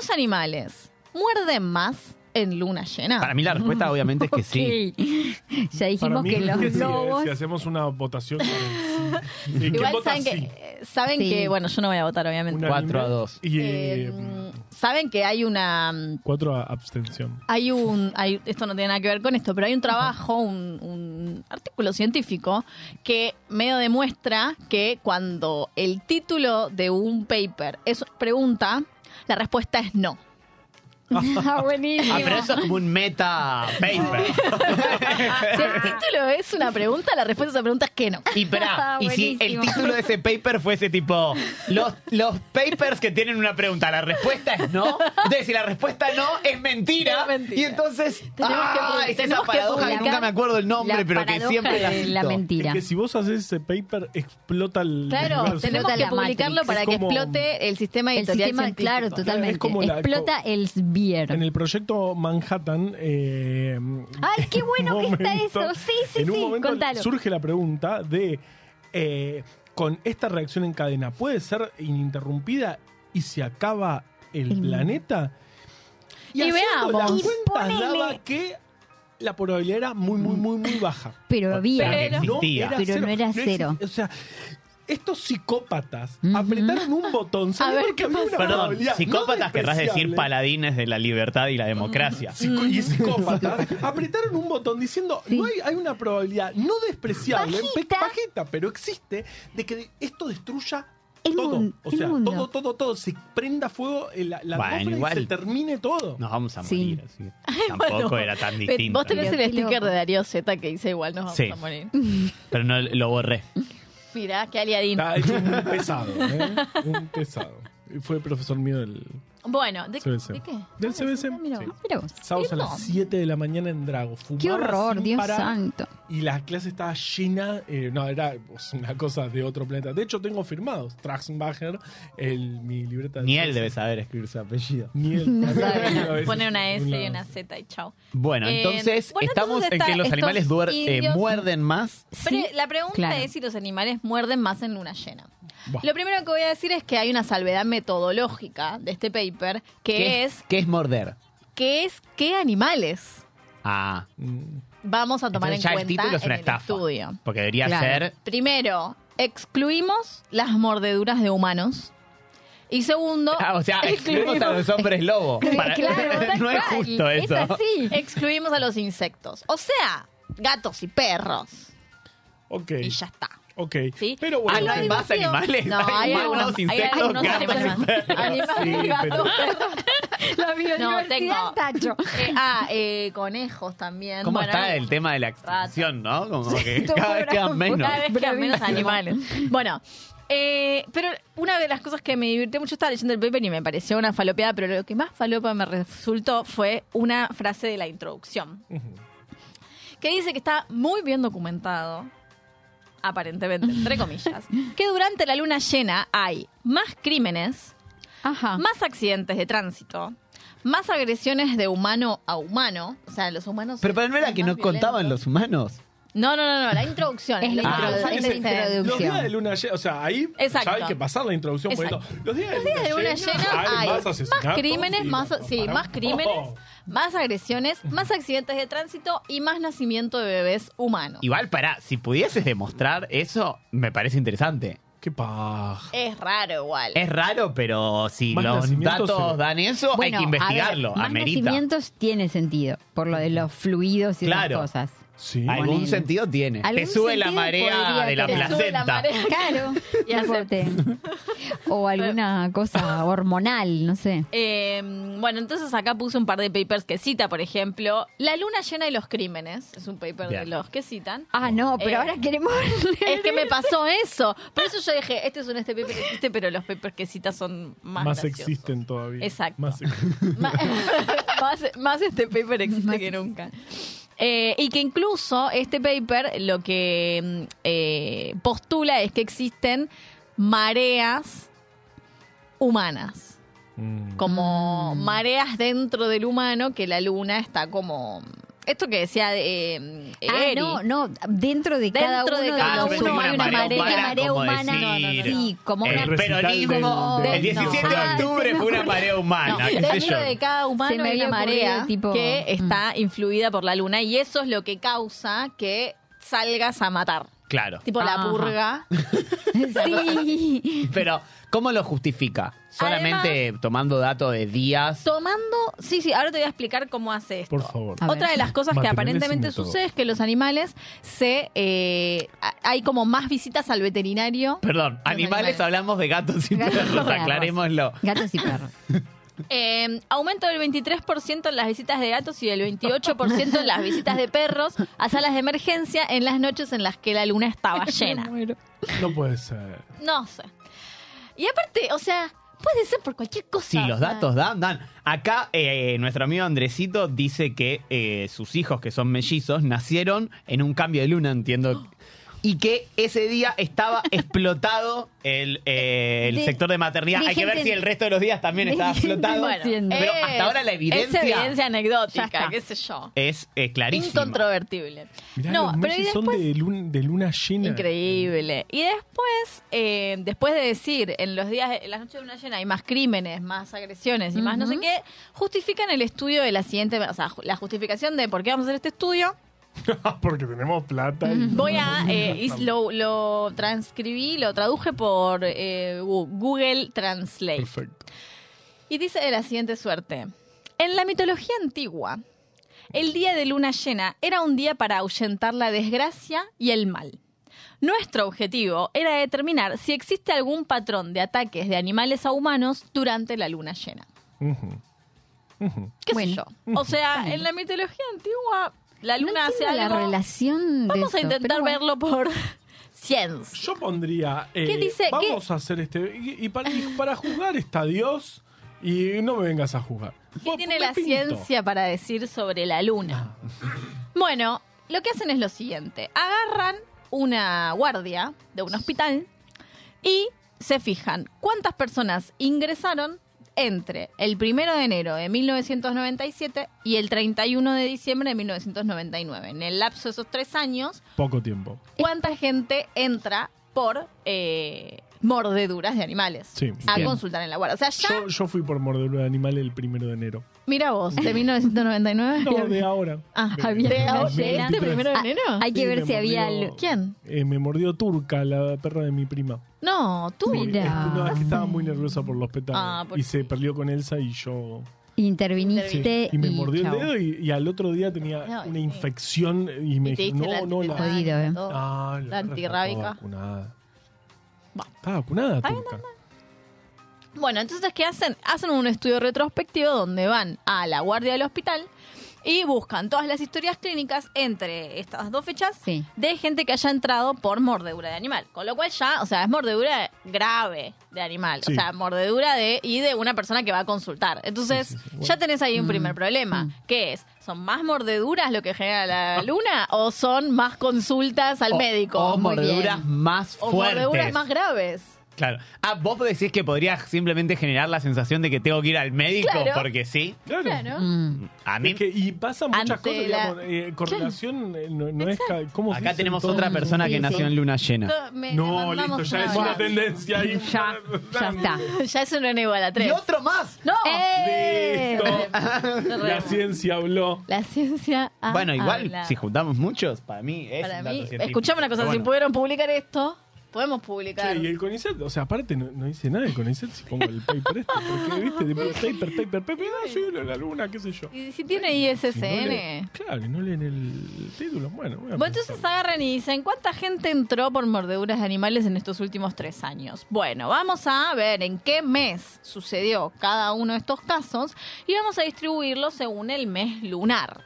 [SPEAKER 3] Los animales muerden más en luna llena.
[SPEAKER 5] Para mí la respuesta obviamente es que sí.
[SPEAKER 4] Ok. ya
[SPEAKER 2] Para
[SPEAKER 4] dijimos
[SPEAKER 2] mí,
[SPEAKER 4] que los
[SPEAKER 2] eh, si,
[SPEAKER 4] lobos.
[SPEAKER 2] si hacemos una votación. sobre sí. Eh, ¿quién
[SPEAKER 3] Igual
[SPEAKER 2] vota
[SPEAKER 3] saben,
[SPEAKER 2] sí?
[SPEAKER 3] que, eh, saben
[SPEAKER 4] Sí.
[SPEAKER 3] que, bueno, yo no voy a votar
[SPEAKER 2] Un
[SPEAKER 3] obviamente.
[SPEAKER 5] Una- Cuatro
[SPEAKER 2] anime
[SPEAKER 5] a dos.
[SPEAKER 2] Y
[SPEAKER 3] Eh,
[SPEAKER 2] eh,
[SPEAKER 3] saben que hay una... mm,
[SPEAKER 2] cuatro a abstención.
[SPEAKER 3] Hay un, hay, esto no tiene nada que ver con esto, pero hay un trabajo, un, un artículo científico que medio demuestra que cuando el título de un paper es pregunta, la respuesta es no.
[SPEAKER 4] Ah, buenísimo.
[SPEAKER 5] Ah, pero eso es como un meta paper.
[SPEAKER 3] Si el título es una pregunta, la respuesta a esa pregunta es que no.
[SPEAKER 5] Y, pará, y si el
[SPEAKER 4] Buenísimo.
[SPEAKER 5] título de ese paper fuese tipo los, los papers que tienen una pregunta, la respuesta es no. Entonces, si la respuesta no es mentira,
[SPEAKER 3] Es mentira.
[SPEAKER 5] y entonces
[SPEAKER 3] Tenemos
[SPEAKER 5] ah,
[SPEAKER 3] que-
[SPEAKER 5] es esa
[SPEAKER 3] tenemos que
[SPEAKER 5] paradoja que
[SPEAKER 3] publicar
[SPEAKER 5] nunca me acuerdo el nombre,
[SPEAKER 4] la
[SPEAKER 5] pero que
[SPEAKER 4] paradoja
[SPEAKER 5] siempre la
[SPEAKER 4] de
[SPEAKER 5] cito.
[SPEAKER 4] la mentira.
[SPEAKER 2] Es que si vos haces ese paper, explota el.
[SPEAKER 3] Claro,
[SPEAKER 2] universo.
[SPEAKER 3] tenemos
[SPEAKER 4] Explota
[SPEAKER 3] que
[SPEAKER 4] la
[SPEAKER 3] publicarlo
[SPEAKER 4] Matrix.
[SPEAKER 3] para
[SPEAKER 2] Es
[SPEAKER 3] que
[SPEAKER 2] como-
[SPEAKER 3] explote el sistema
[SPEAKER 4] el
[SPEAKER 3] editorial
[SPEAKER 4] sistema,
[SPEAKER 3] científico.
[SPEAKER 4] claro, totalmente.
[SPEAKER 2] Es como la-
[SPEAKER 4] Explota el Sbier.
[SPEAKER 2] En el proyecto Manhattan. eh,
[SPEAKER 4] Ay, qué
[SPEAKER 2] en
[SPEAKER 4] bueno
[SPEAKER 2] un
[SPEAKER 4] que está eso. Sí, sí,
[SPEAKER 2] en un
[SPEAKER 4] sí,
[SPEAKER 2] momento
[SPEAKER 4] contalo.
[SPEAKER 2] Surge la pregunta de: eh, con esta reacción en cadena, ¿puede ser ininterrumpida y se acaba el
[SPEAKER 4] El-
[SPEAKER 2] planeta?
[SPEAKER 3] Y
[SPEAKER 2] haciendo
[SPEAKER 3] veamos.
[SPEAKER 2] las
[SPEAKER 6] Y
[SPEAKER 2] cuentas
[SPEAKER 6] ponele-
[SPEAKER 2] daba que la probabilidad era muy, muy, muy, muy baja.
[SPEAKER 6] Pero había.
[SPEAKER 3] Pero-
[SPEAKER 2] No,
[SPEAKER 5] Existía.
[SPEAKER 2] era
[SPEAKER 6] Pero
[SPEAKER 2] cero.
[SPEAKER 6] no era
[SPEAKER 2] exi-
[SPEAKER 6] cero.
[SPEAKER 2] o sea, estos psicópatas
[SPEAKER 6] Ujú.
[SPEAKER 2] apretaron un botón.
[SPEAKER 3] A ver, ¿qué pasa?
[SPEAKER 5] Perdón, psicópatas
[SPEAKER 2] querrás
[SPEAKER 5] querrás decir paladines de la libertad y la democracia.
[SPEAKER 2] Psico- y psicópatas apretaron un botón diciendo
[SPEAKER 6] Sí.
[SPEAKER 2] no hay, hay una probabilidad no despreciable pe-
[SPEAKER 6] Bajita.
[SPEAKER 2] bajita, pero existe de que esto destruya
[SPEAKER 6] El
[SPEAKER 2] todo
[SPEAKER 6] mun-
[SPEAKER 2] o
[SPEAKER 6] el
[SPEAKER 2] sea
[SPEAKER 6] mundo.
[SPEAKER 2] todo todo todo se prenda fuego en la, la
[SPEAKER 5] Bueno,
[SPEAKER 2] atmósfera
[SPEAKER 5] igual.
[SPEAKER 2] y se termine todo
[SPEAKER 5] Nos vamos a
[SPEAKER 6] Sí.
[SPEAKER 5] morir. así que Tampoco
[SPEAKER 3] Bueno,
[SPEAKER 5] era tan
[SPEAKER 3] pero
[SPEAKER 5] distinto.
[SPEAKER 3] Vos tenés
[SPEAKER 6] Pero
[SPEAKER 3] el
[SPEAKER 6] qué
[SPEAKER 3] sticker
[SPEAKER 6] loco.
[SPEAKER 3] de Darío Z que dice igual nos vamos
[SPEAKER 5] Sí.
[SPEAKER 3] a morir.
[SPEAKER 5] Pero no lo borré.
[SPEAKER 3] Mirá, qué aliadín.
[SPEAKER 2] Ah, es un pesado ¿eh? un pesado Y fue profesor mío del
[SPEAKER 3] Bueno, ¿de,
[SPEAKER 2] CBC
[SPEAKER 3] de qué?
[SPEAKER 2] del CBC
[SPEAKER 6] Ah, mira
[SPEAKER 2] sí.
[SPEAKER 6] vos, mira vos.
[SPEAKER 2] Sábados a las 7 de la mañana en Drago. Fumaba
[SPEAKER 6] Qué horror,
[SPEAKER 2] sin
[SPEAKER 6] Dios
[SPEAKER 2] parar
[SPEAKER 6] santo.
[SPEAKER 2] Y la clase estaba llena. eh, no, era pues, una cosa de otro planeta. De hecho, tengo firmados Traxenbacher, el, mi libreta de.
[SPEAKER 5] Ni él debe saber escribir su apellido.
[SPEAKER 2] Niel.
[SPEAKER 6] No sabe.
[SPEAKER 3] Pone una S y una Z y chao.
[SPEAKER 5] Bueno,
[SPEAKER 3] Eh,
[SPEAKER 5] entonces
[SPEAKER 3] bueno,
[SPEAKER 5] estamos
[SPEAKER 3] entonces
[SPEAKER 5] en que
[SPEAKER 3] está
[SPEAKER 5] los
[SPEAKER 3] estos
[SPEAKER 5] animales duer- eh,
[SPEAKER 3] indios-
[SPEAKER 5] muerden más.
[SPEAKER 3] Pero
[SPEAKER 6] Sí,
[SPEAKER 3] la pregunta
[SPEAKER 6] claro.
[SPEAKER 3] es si los animales muerden más en luna llena.
[SPEAKER 2] Buah.
[SPEAKER 3] Lo primero que voy a decir es que hay una salvedad metodológica de este paper, que es
[SPEAKER 5] ¿Qué es morder?
[SPEAKER 3] que es qué animales
[SPEAKER 5] Ah,
[SPEAKER 3] vamos a tomar
[SPEAKER 5] entonces
[SPEAKER 3] en
[SPEAKER 5] ya el
[SPEAKER 3] cuenta
[SPEAKER 5] título es
[SPEAKER 3] en
[SPEAKER 5] una
[SPEAKER 3] el
[SPEAKER 5] estafa.
[SPEAKER 3] estudio.
[SPEAKER 5] Porque debería
[SPEAKER 6] Claro.
[SPEAKER 5] ser
[SPEAKER 3] Primero, excluimos las mordeduras de humanos. Y segundo,
[SPEAKER 5] Ah, o sea, excluimos a
[SPEAKER 3] Oh, excluimos-
[SPEAKER 5] los hombres lobo. Para-
[SPEAKER 6] tal
[SPEAKER 5] no es
[SPEAKER 6] cual.
[SPEAKER 5] justo eso.
[SPEAKER 6] Es así.
[SPEAKER 3] excluimos a los insectos. O sea, gatos y perros.
[SPEAKER 2] Ok.
[SPEAKER 3] Y ya está.
[SPEAKER 2] Ok.
[SPEAKER 3] ¿Sí?
[SPEAKER 2] Pero bueno.
[SPEAKER 5] Ah, no
[SPEAKER 2] ok.
[SPEAKER 5] hay más animales.
[SPEAKER 3] No,
[SPEAKER 5] Hay
[SPEAKER 3] hay,
[SPEAKER 5] humanos,
[SPEAKER 3] algunos, hay
[SPEAKER 5] insectos,
[SPEAKER 3] algunos
[SPEAKER 5] gatos y
[SPEAKER 3] animales.
[SPEAKER 5] perros.
[SPEAKER 3] Animales,
[SPEAKER 2] Sí, pero-
[SPEAKER 3] gatos, perros.
[SPEAKER 6] La biodiversidad
[SPEAKER 3] No, tengo.
[SPEAKER 6] tacho.
[SPEAKER 3] Eh, ah, eh, conejos también.
[SPEAKER 5] ¿Cómo
[SPEAKER 3] Bueno,
[SPEAKER 5] está
[SPEAKER 3] hay-
[SPEAKER 5] el tema de la extinción, no? Como que
[SPEAKER 6] todo
[SPEAKER 5] cada vez
[SPEAKER 6] era
[SPEAKER 5] quedan menos.
[SPEAKER 3] Cada vez quedan menos
[SPEAKER 6] Bravísimo.
[SPEAKER 3] animales. Bueno, eh, pero una de las cosas que me divirtió mucho estaba leyendo el paper y me pareció una falopeada, pero lo que más falopa me resultó fue una frase de la introducción. Que dice que está muy bien documentado, aparentemente, entre comillas, que durante la luna llena hay más crímenes,
[SPEAKER 6] Ajá.
[SPEAKER 3] más accidentes de tránsito, más agresiones de humano a humano. O sea, los humanos.
[SPEAKER 5] Pero para no era
[SPEAKER 3] son
[SPEAKER 5] que
[SPEAKER 3] más
[SPEAKER 5] no contaban
[SPEAKER 3] violentos.
[SPEAKER 5] los humanos.
[SPEAKER 3] No, no, no, no, la introducción.
[SPEAKER 6] Es la
[SPEAKER 3] Ah.
[SPEAKER 6] introducción,
[SPEAKER 3] Es
[SPEAKER 6] es la introducción.
[SPEAKER 2] Los días de luna llena, o sea, ahí
[SPEAKER 3] Exacto.
[SPEAKER 2] ya hay que pasar la introducción.
[SPEAKER 3] Exacto.
[SPEAKER 2] poniendo, Los días de
[SPEAKER 3] Los días de luna llena hay
[SPEAKER 2] más
[SPEAKER 3] más,
[SPEAKER 2] asesinatos.
[SPEAKER 3] crímenes,
[SPEAKER 2] y
[SPEAKER 3] más, sí,
[SPEAKER 2] para-
[SPEAKER 3] más crímenes,
[SPEAKER 2] Oh.
[SPEAKER 3] más agresiones, más accidentes de tránsito y más nacimiento de bebés humanos.
[SPEAKER 5] Igual, para, si pudieses demostrar eso, me parece interesante.
[SPEAKER 2] Qué paja.
[SPEAKER 3] Es raro igual.
[SPEAKER 5] Es raro, pero si
[SPEAKER 2] Más
[SPEAKER 5] los
[SPEAKER 2] nacimientos
[SPEAKER 5] datos
[SPEAKER 2] se-
[SPEAKER 5] dan eso,
[SPEAKER 6] Bueno,
[SPEAKER 5] hay que
[SPEAKER 6] a
[SPEAKER 5] investigarlo.
[SPEAKER 6] ver, más
[SPEAKER 5] amerita.
[SPEAKER 6] nacimientos tiene sentido, por lo de los fluidos y
[SPEAKER 5] Claro.
[SPEAKER 6] esas cosas.
[SPEAKER 2] Sí.
[SPEAKER 5] Algún
[SPEAKER 6] Ponele.
[SPEAKER 5] sentido tiene. Te
[SPEAKER 6] Algún
[SPEAKER 5] sube la
[SPEAKER 6] sentido
[SPEAKER 5] marea
[SPEAKER 6] podría
[SPEAKER 5] de la
[SPEAKER 6] tener.
[SPEAKER 3] Te sube la
[SPEAKER 5] placenta.
[SPEAKER 3] marea.
[SPEAKER 6] Claro,
[SPEAKER 3] Y hace-
[SPEAKER 6] corte. O alguna cosa hormonal, no sé.
[SPEAKER 3] Eh, bueno, entonces acá puse un par de papers que cita, por ejemplo, La luna llena y los crímenes. Es un paper de
[SPEAKER 5] Bien.
[SPEAKER 3] los que citan.
[SPEAKER 6] Ah, no, pero
[SPEAKER 3] Eh,
[SPEAKER 6] ahora queremos
[SPEAKER 3] Es que me pasó eso. Por eso yo dije, este es un este paper que existe, pero los papers que cita son
[SPEAKER 2] Más
[SPEAKER 3] más, graciosos.
[SPEAKER 2] existen todavía.
[SPEAKER 3] Exacto.
[SPEAKER 2] Más existen.
[SPEAKER 3] Ma- más, más este paper existe
[SPEAKER 6] Más
[SPEAKER 3] que nunca. Eh, y que incluso este paper lo que mm, eh, postula es que existen mareas humanas,
[SPEAKER 2] Mm.
[SPEAKER 3] como mareas dentro del humano que la luna está como... Esto que decía eh,
[SPEAKER 6] Ah,
[SPEAKER 3] Eri.
[SPEAKER 6] no, no, dentro de cada
[SPEAKER 3] Dentro
[SPEAKER 6] uno
[SPEAKER 3] de
[SPEAKER 6] de,
[SPEAKER 3] cada
[SPEAKER 6] los
[SPEAKER 3] uno
[SPEAKER 6] humanos
[SPEAKER 3] hay una marea
[SPEAKER 5] humana, como decir,
[SPEAKER 6] sí, como
[SPEAKER 5] el
[SPEAKER 6] una
[SPEAKER 2] El recital
[SPEAKER 5] peronismo,
[SPEAKER 2] del-
[SPEAKER 5] el 17 de
[SPEAKER 6] no.
[SPEAKER 5] octubre fue una marea humana,
[SPEAKER 3] No,
[SPEAKER 5] qué sé
[SPEAKER 3] dentro
[SPEAKER 5] yo.
[SPEAKER 3] de cada
[SPEAKER 6] Se
[SPEAKER 3] humano
[SPEAKER 6] me
[SPEAKER 3] hay una
[SPEAKER 6] había
[SPEAKER 3] marea
[SPEAKER 6] ocurrido, tipo, mm.
[SPEAKER 3] que está influida por la luna y eso es lo que causa que salgas a matar.
[SPEAKER 5] Claro.
[SPEAKER 3] Tipo
[SPEAKER 6] Ajá.
[SPEAKER 3] la purga.
[SPEAKER 6] Sí.
[SPEAKER 5] Pero, ¿cómo lo justifica? ¿Solamente tomando datos de días?
[SPEAKER 3] Tomando. Sí, sí, ahora te voy a explicar cómo hace esto.
[SPEAKER 2] Por favor.
[SPEAKER 6] A ver.
[SPEAKER 3] Otra de las cosas que
[SPEAKER 2] Materiales
[SPEAKER 3] aparentemente
[SPEAKER 2] y método.
[SPEAKER 3] sucede es que los animales se. eh, a- hay como más visitas al veterinario.
[SPEAKER 5] Perdón, animales
[SPEAKER 3] animales.
[SPEAKER 5] hablamos de gatos y
[SPEAKER 6] Gatos y
[SPEAKER 5] perros,
[SPEAKER 6] perros.
[SPEAKER 5] aclarémoslo.
[SPEAKER 6] Gatos y perros.
[SPEAKER 3] Eh, aumento del 23% en las visitas de gatos y del 28% en las visitas de perros a salas de emergencia en las noches en las que la luna estaba llena.
[SPEAKER 2] No puede ser.
[SPEAKER 3] No sé. Y aparte, o sea, puede ser por cualquier cosa.
[SPEAKER 5] Si
[SPEAKER 3] o
[SPEAKER 5] los
[SPEAKER 3] sea.
[SPEAKER 5] datos dan, dan. Acá eh, nuestro amigo Andresito dice que eh, sus hijos, que son mellizos, nacieron en un cambio de luna, entiendo. y que ese día estaba explotado el, eh, el
[SPEAKER 4] De-
[SPEAKER 5] sector de maternidad.
[SPEAKER 4] de
[SPEAKER 5] Hay que ver
[SPEAKER 4] gente-
[SPEAKER 5] si el resto de los días también
[SPEAKER 4] de
[SPEAKER 5] estaba
[SPEAKER 4] gente
[SPEAKER 5] explotado.
[SPEAKER 4] Bueno, haciendo.
[SPEAKER 5] pero hasta ahora la evidencia-
[SPEAKER 3] eh, Es evidencia
[SPEAKER 4] Ya está.
[SPEAKER 3] anecdótica, qué sé yo.
[SPEAKER 5] Es eh, clarísimo.
[SPEAKER 3] Incontrovertible.
[SPEAKER 2] Mirá, los
[SPEAKER 3] no, pero y
[SPEAKER 2] meses
[SPEAKER 3] después.
[SPEAKER 2] son de luna, de luna llena.
[SPEAKER 3] Increíble. Y después, eh, después de decir en los días, en las noches de luna llena hay más crímenes, más agresiones y más no sé qué, justifican el estudio de la siguiente, o sea, ju- la justificación de por qué vamos a hacer este estudio.
[SPEAKER 2] Porque tenemos plata. y-
[SPEAKER 3] Voy a, eh, is- lo, lo transcribí, lo traduje por eh, Gu- Google Translate.
[SPEAKER 2] Perfecto.
[SPEAKER 3] Y dice de la siguiente suerte. En la mitología antigua, el día de luna llena era un día para ahuyentar la desgracia y el mal. Nuestro objetivo era determinar si existe algún patrón de ataques de animales a humanos durante la luna llena.
[SPEAKER 2] Ujú. Ujú.
[SPEAKER 3] ¿Qué
[SPEAKER 6] Bueno.
[SPEAKER 3] sé yo? O sea, en la mitología antigua, la
[SPEAKER 6] No
[SPEAKER 3] luna hace
[SPEAKER 6] entiendo la
[SPEAKER 3] algo.
[SPEAKER 6] relación de
[SPEAKER 3] Vamos a
[SPEAKER 6] eso,
[SPEAKER 3] intentar
[SPEAKER 6] pero bueno.
[SPEAKER 3] verlo por ciencia.
[SPEAKER 2] Yo pondría. eh,
[SPEAKER 3] ¿Qué dice?
[SPEAKER 2] Vamos a hacer este. Y, y para, y para juzgar está Dios. Y no me vengas a juzgar.
[SPEAKER 3] ¿Qué
[SPEAKER 2] Vos,
[SPEAKER 3] tiene
[SPEAKER 2] me
[SPEAKER 3] la
[SPEAKER 2] pinto. Ah.
[SPEAKER 3] ciencia para decir sobre la luna? Bueno, lo que hacen es lo siguiente. Agarran una guardia de un hospital y se fijan cuántas personas ingresaron entre el 1 de enero de 1997 y el 31 de diciembre de 1999. En el lapso de esos tres años,
[SPEAKER 2] Poco tiempo.
[SPEAKER 3] ¿cuánta gente entra por eh, mordeduras de animales
[SPEAKER 2] Sí.
[SPEAKER 3] a
[SPEAKER 2] Bien.
[SPEAKER 3] consultar en la guardia? O sea, ya,
[SPEAKER 2] Yo, yo fui por mordedura de animal el primero de enero.
[SPEAKER 3] mira vos, de 1999.
[SPEAKER 2] No, de ahora.
[SPEAKER 3] Ah,
[SPEAKER 2] De-
[SPEAKER 3] había
[SPEAKER 2] de
[SPEAKER 3] llegado
[SPEAKER 2] llega.
[SPEAKER 3] este primero de
[SPEAKER 6] Ah,
[SPEAKER 3] enero.
[SPEAKER 6] Hay que
[SPEAKER 2] Sí,
[SPEAKER 6] ver
[SPEAKER 2] me
[SPEAKER 6] si había
[SPEAKER 2] mordió-
[SPEAKER 6] algo.
[SPEAKER 3] ¿Quién?
[SPEAKER 2] Eh, me mordió Turca, la perra de mi prima.
[SPEAKER 3] No, tú.
[SPEAKER 2] Eh,
[SPEAKER 6] Mira.
[SPEAKER 2] es- no, es que estaba muy nerviosa por los pétalos.
[SPEAKER 3] Ah, por-
[SPEAKER 2] Y se perdió con Elsa y yo. Sí,
[SPEAKER 6] Interviniste
[SPEAKER 2] Y me mordió
[SPEAKER 6] chau.
[SPEAKER 2] el dedo y, y al otro día tenía
[SPEAKER 3] No,
[SPEAKER 2] una
[SPEAKER 3] sí.
[SPEAKER 2] infección y me
[SPEAKER 3] Y te
[SPEAKER 2] dijo,
[SPEAKER 3] diste la
[SPEAKER 2] no, no, la,
[SPEAKER 3] antirrábica,
[SPEAKER 6] Jodido, eh.
[SPEAKER 3] todo.
[SPEAKER 2] Ah,
[SPEAKER 3] La
[SPEAKER 2] perra
[SPEAKER 3] antirrábica.
[SPEAKER 2] Estaba vacunada.
[SPEAKER 3] Bueno.
[SPEAKER 2] Estaba vacunada,
[SPEAKER 3] Está bien,
[SPEAKER 2] Turca.
[SPEAKER 3] Bueno, entonces, ¿qué hacen? Hacen un estudio retrospectivo donde van a la guardia del hospital y buscan todas las historias clínicas entre estas dos fechas
[SPEAKER 6] Sí.
[SPEAKER 3] de gente que haya entrado por mordedura de animal. Con lo cual ya, o sea, es mordedura grave de animal.
[SPEAKER 2] Sí.
[SPEAKER 3] O sea, mordedura de y de una persona que va a consultar. Entonces,
[SPEAKER 2] Sí, sí, sí. Bueno.
[SPEAKER 3] ya tenés ahí un primer
[SPEAKER 6] Mm.
[SPEAKER 3] problema. que es? ¿Son más mordeduras lo que genera
[SPEAKER 2] Ah.
[SPEAKER 3] la luna o son más consultas al
[SPEAKER 5] O-
[SPEAKER 3] médico?
[SPEAKER 5] O
[SPEAKER 3] Muy
[SPEAKER 5] mordeduras
[SPEAKER 3] bien.
[SPEAKER 5] más
[SPEAKER 3] O
[SPEAKER 5] fuertes.
[SPEAKER 3] mordeduras más graves.
[SPEAKER 5] Claro. Ah, vos decís que podría simplemente generar la sensación de que tengo que ir al médico
[SPEAKER 3] Claro.
[SPEAKER 5] porque sí.
[SPEAKER 2] Claro.
[SPEAKER 3] Claro.
[SPEAKER 6] Mm.
[SPEAKER 5] A mí
[SPEAKER 2] Es que- y pasan muchas
[SPEAKER 3] Ante
[SPEAKER 2] cosas,
[SPEAKER 3] la-
[SPEAKER 2] digamos, eh, correlación eh, no, no es... ca- ¿cómo se
[SPEAKER 5] acá
[SPEAKER 2] dice
[SPEAKER 5] tenemos
[SPEAKER 2] entonces?
[SPEAKER 5] otra persona que
[SPEAKER 6] Sí,
[SPEAKER 5] nació
[SPEAKER 6] sí.
[SPEAKER 5] en luna llena.
[SPEAKER 3] Me-
[SPEAKER 2] No,
[SPEAKER 3] le mandamos
[SPEAKER 2] listo, ya
[SPEAKER 3] un
[SPEAKER 2] es una
[SPEAKER 3] abrazo.
[SPEAKER 2] tendencia ahí.
[SPEAKER 6] Ya, Ah, ya está.
[SPEAKER 3] Ya es una igual a tres. Eh,
[SPEAKER 5] otro más.
[SPEAKER 3] ¡No!
[SPEAKER 2] Listo. La
[SPEAKER 3] La,
[SPEAKER 2] ciencia habló.
[SPEAKER 3] ciencia ha
[SPEAKER 5] bueno, igual,
[SPEAKER 3] hablado.
[SPEAKER 5] si juntamos muchos, para mí es
[SPEAKER 3] Para
[SPEAKER 5] un dato
[SPEAKER 3] mí,
[SPEAKER 5] científico.
[SPEAKER 3] escuchame una cosa,
[SPEAKER 5] Pero
[SPEAKER 3] si
[SPEAKER 5] bueno.
[SPEAKER 3] pudieron publicar esto, podemos publicar.
[SPEAKER 2] Che, y el CONICET, o sea, aparte no, no dice nada el CONICET si pongo el paper este, porque viste, de paper, paper, paper, ah, yo la luna, qué sé yo.
[SPEAKER 3] Y si tiene
[SPEAKER 2] Y no leen-
[SPEAKER 3] ISSN.
[SPEAKER 2] claro, y no leen el título, bueno. voy a
[SPEAKER 3] Bueno, entonces
[SPEAKER 2] pensar.
[SPEAKER 3] agarran y dicen, ¿cuánta gente entró por mordeduras de animales en estos últimos tres años? Bueno, vamos a ver en qué mes sucedió cada uno de estos casos y vamos a distribuirlos según el mes lunar.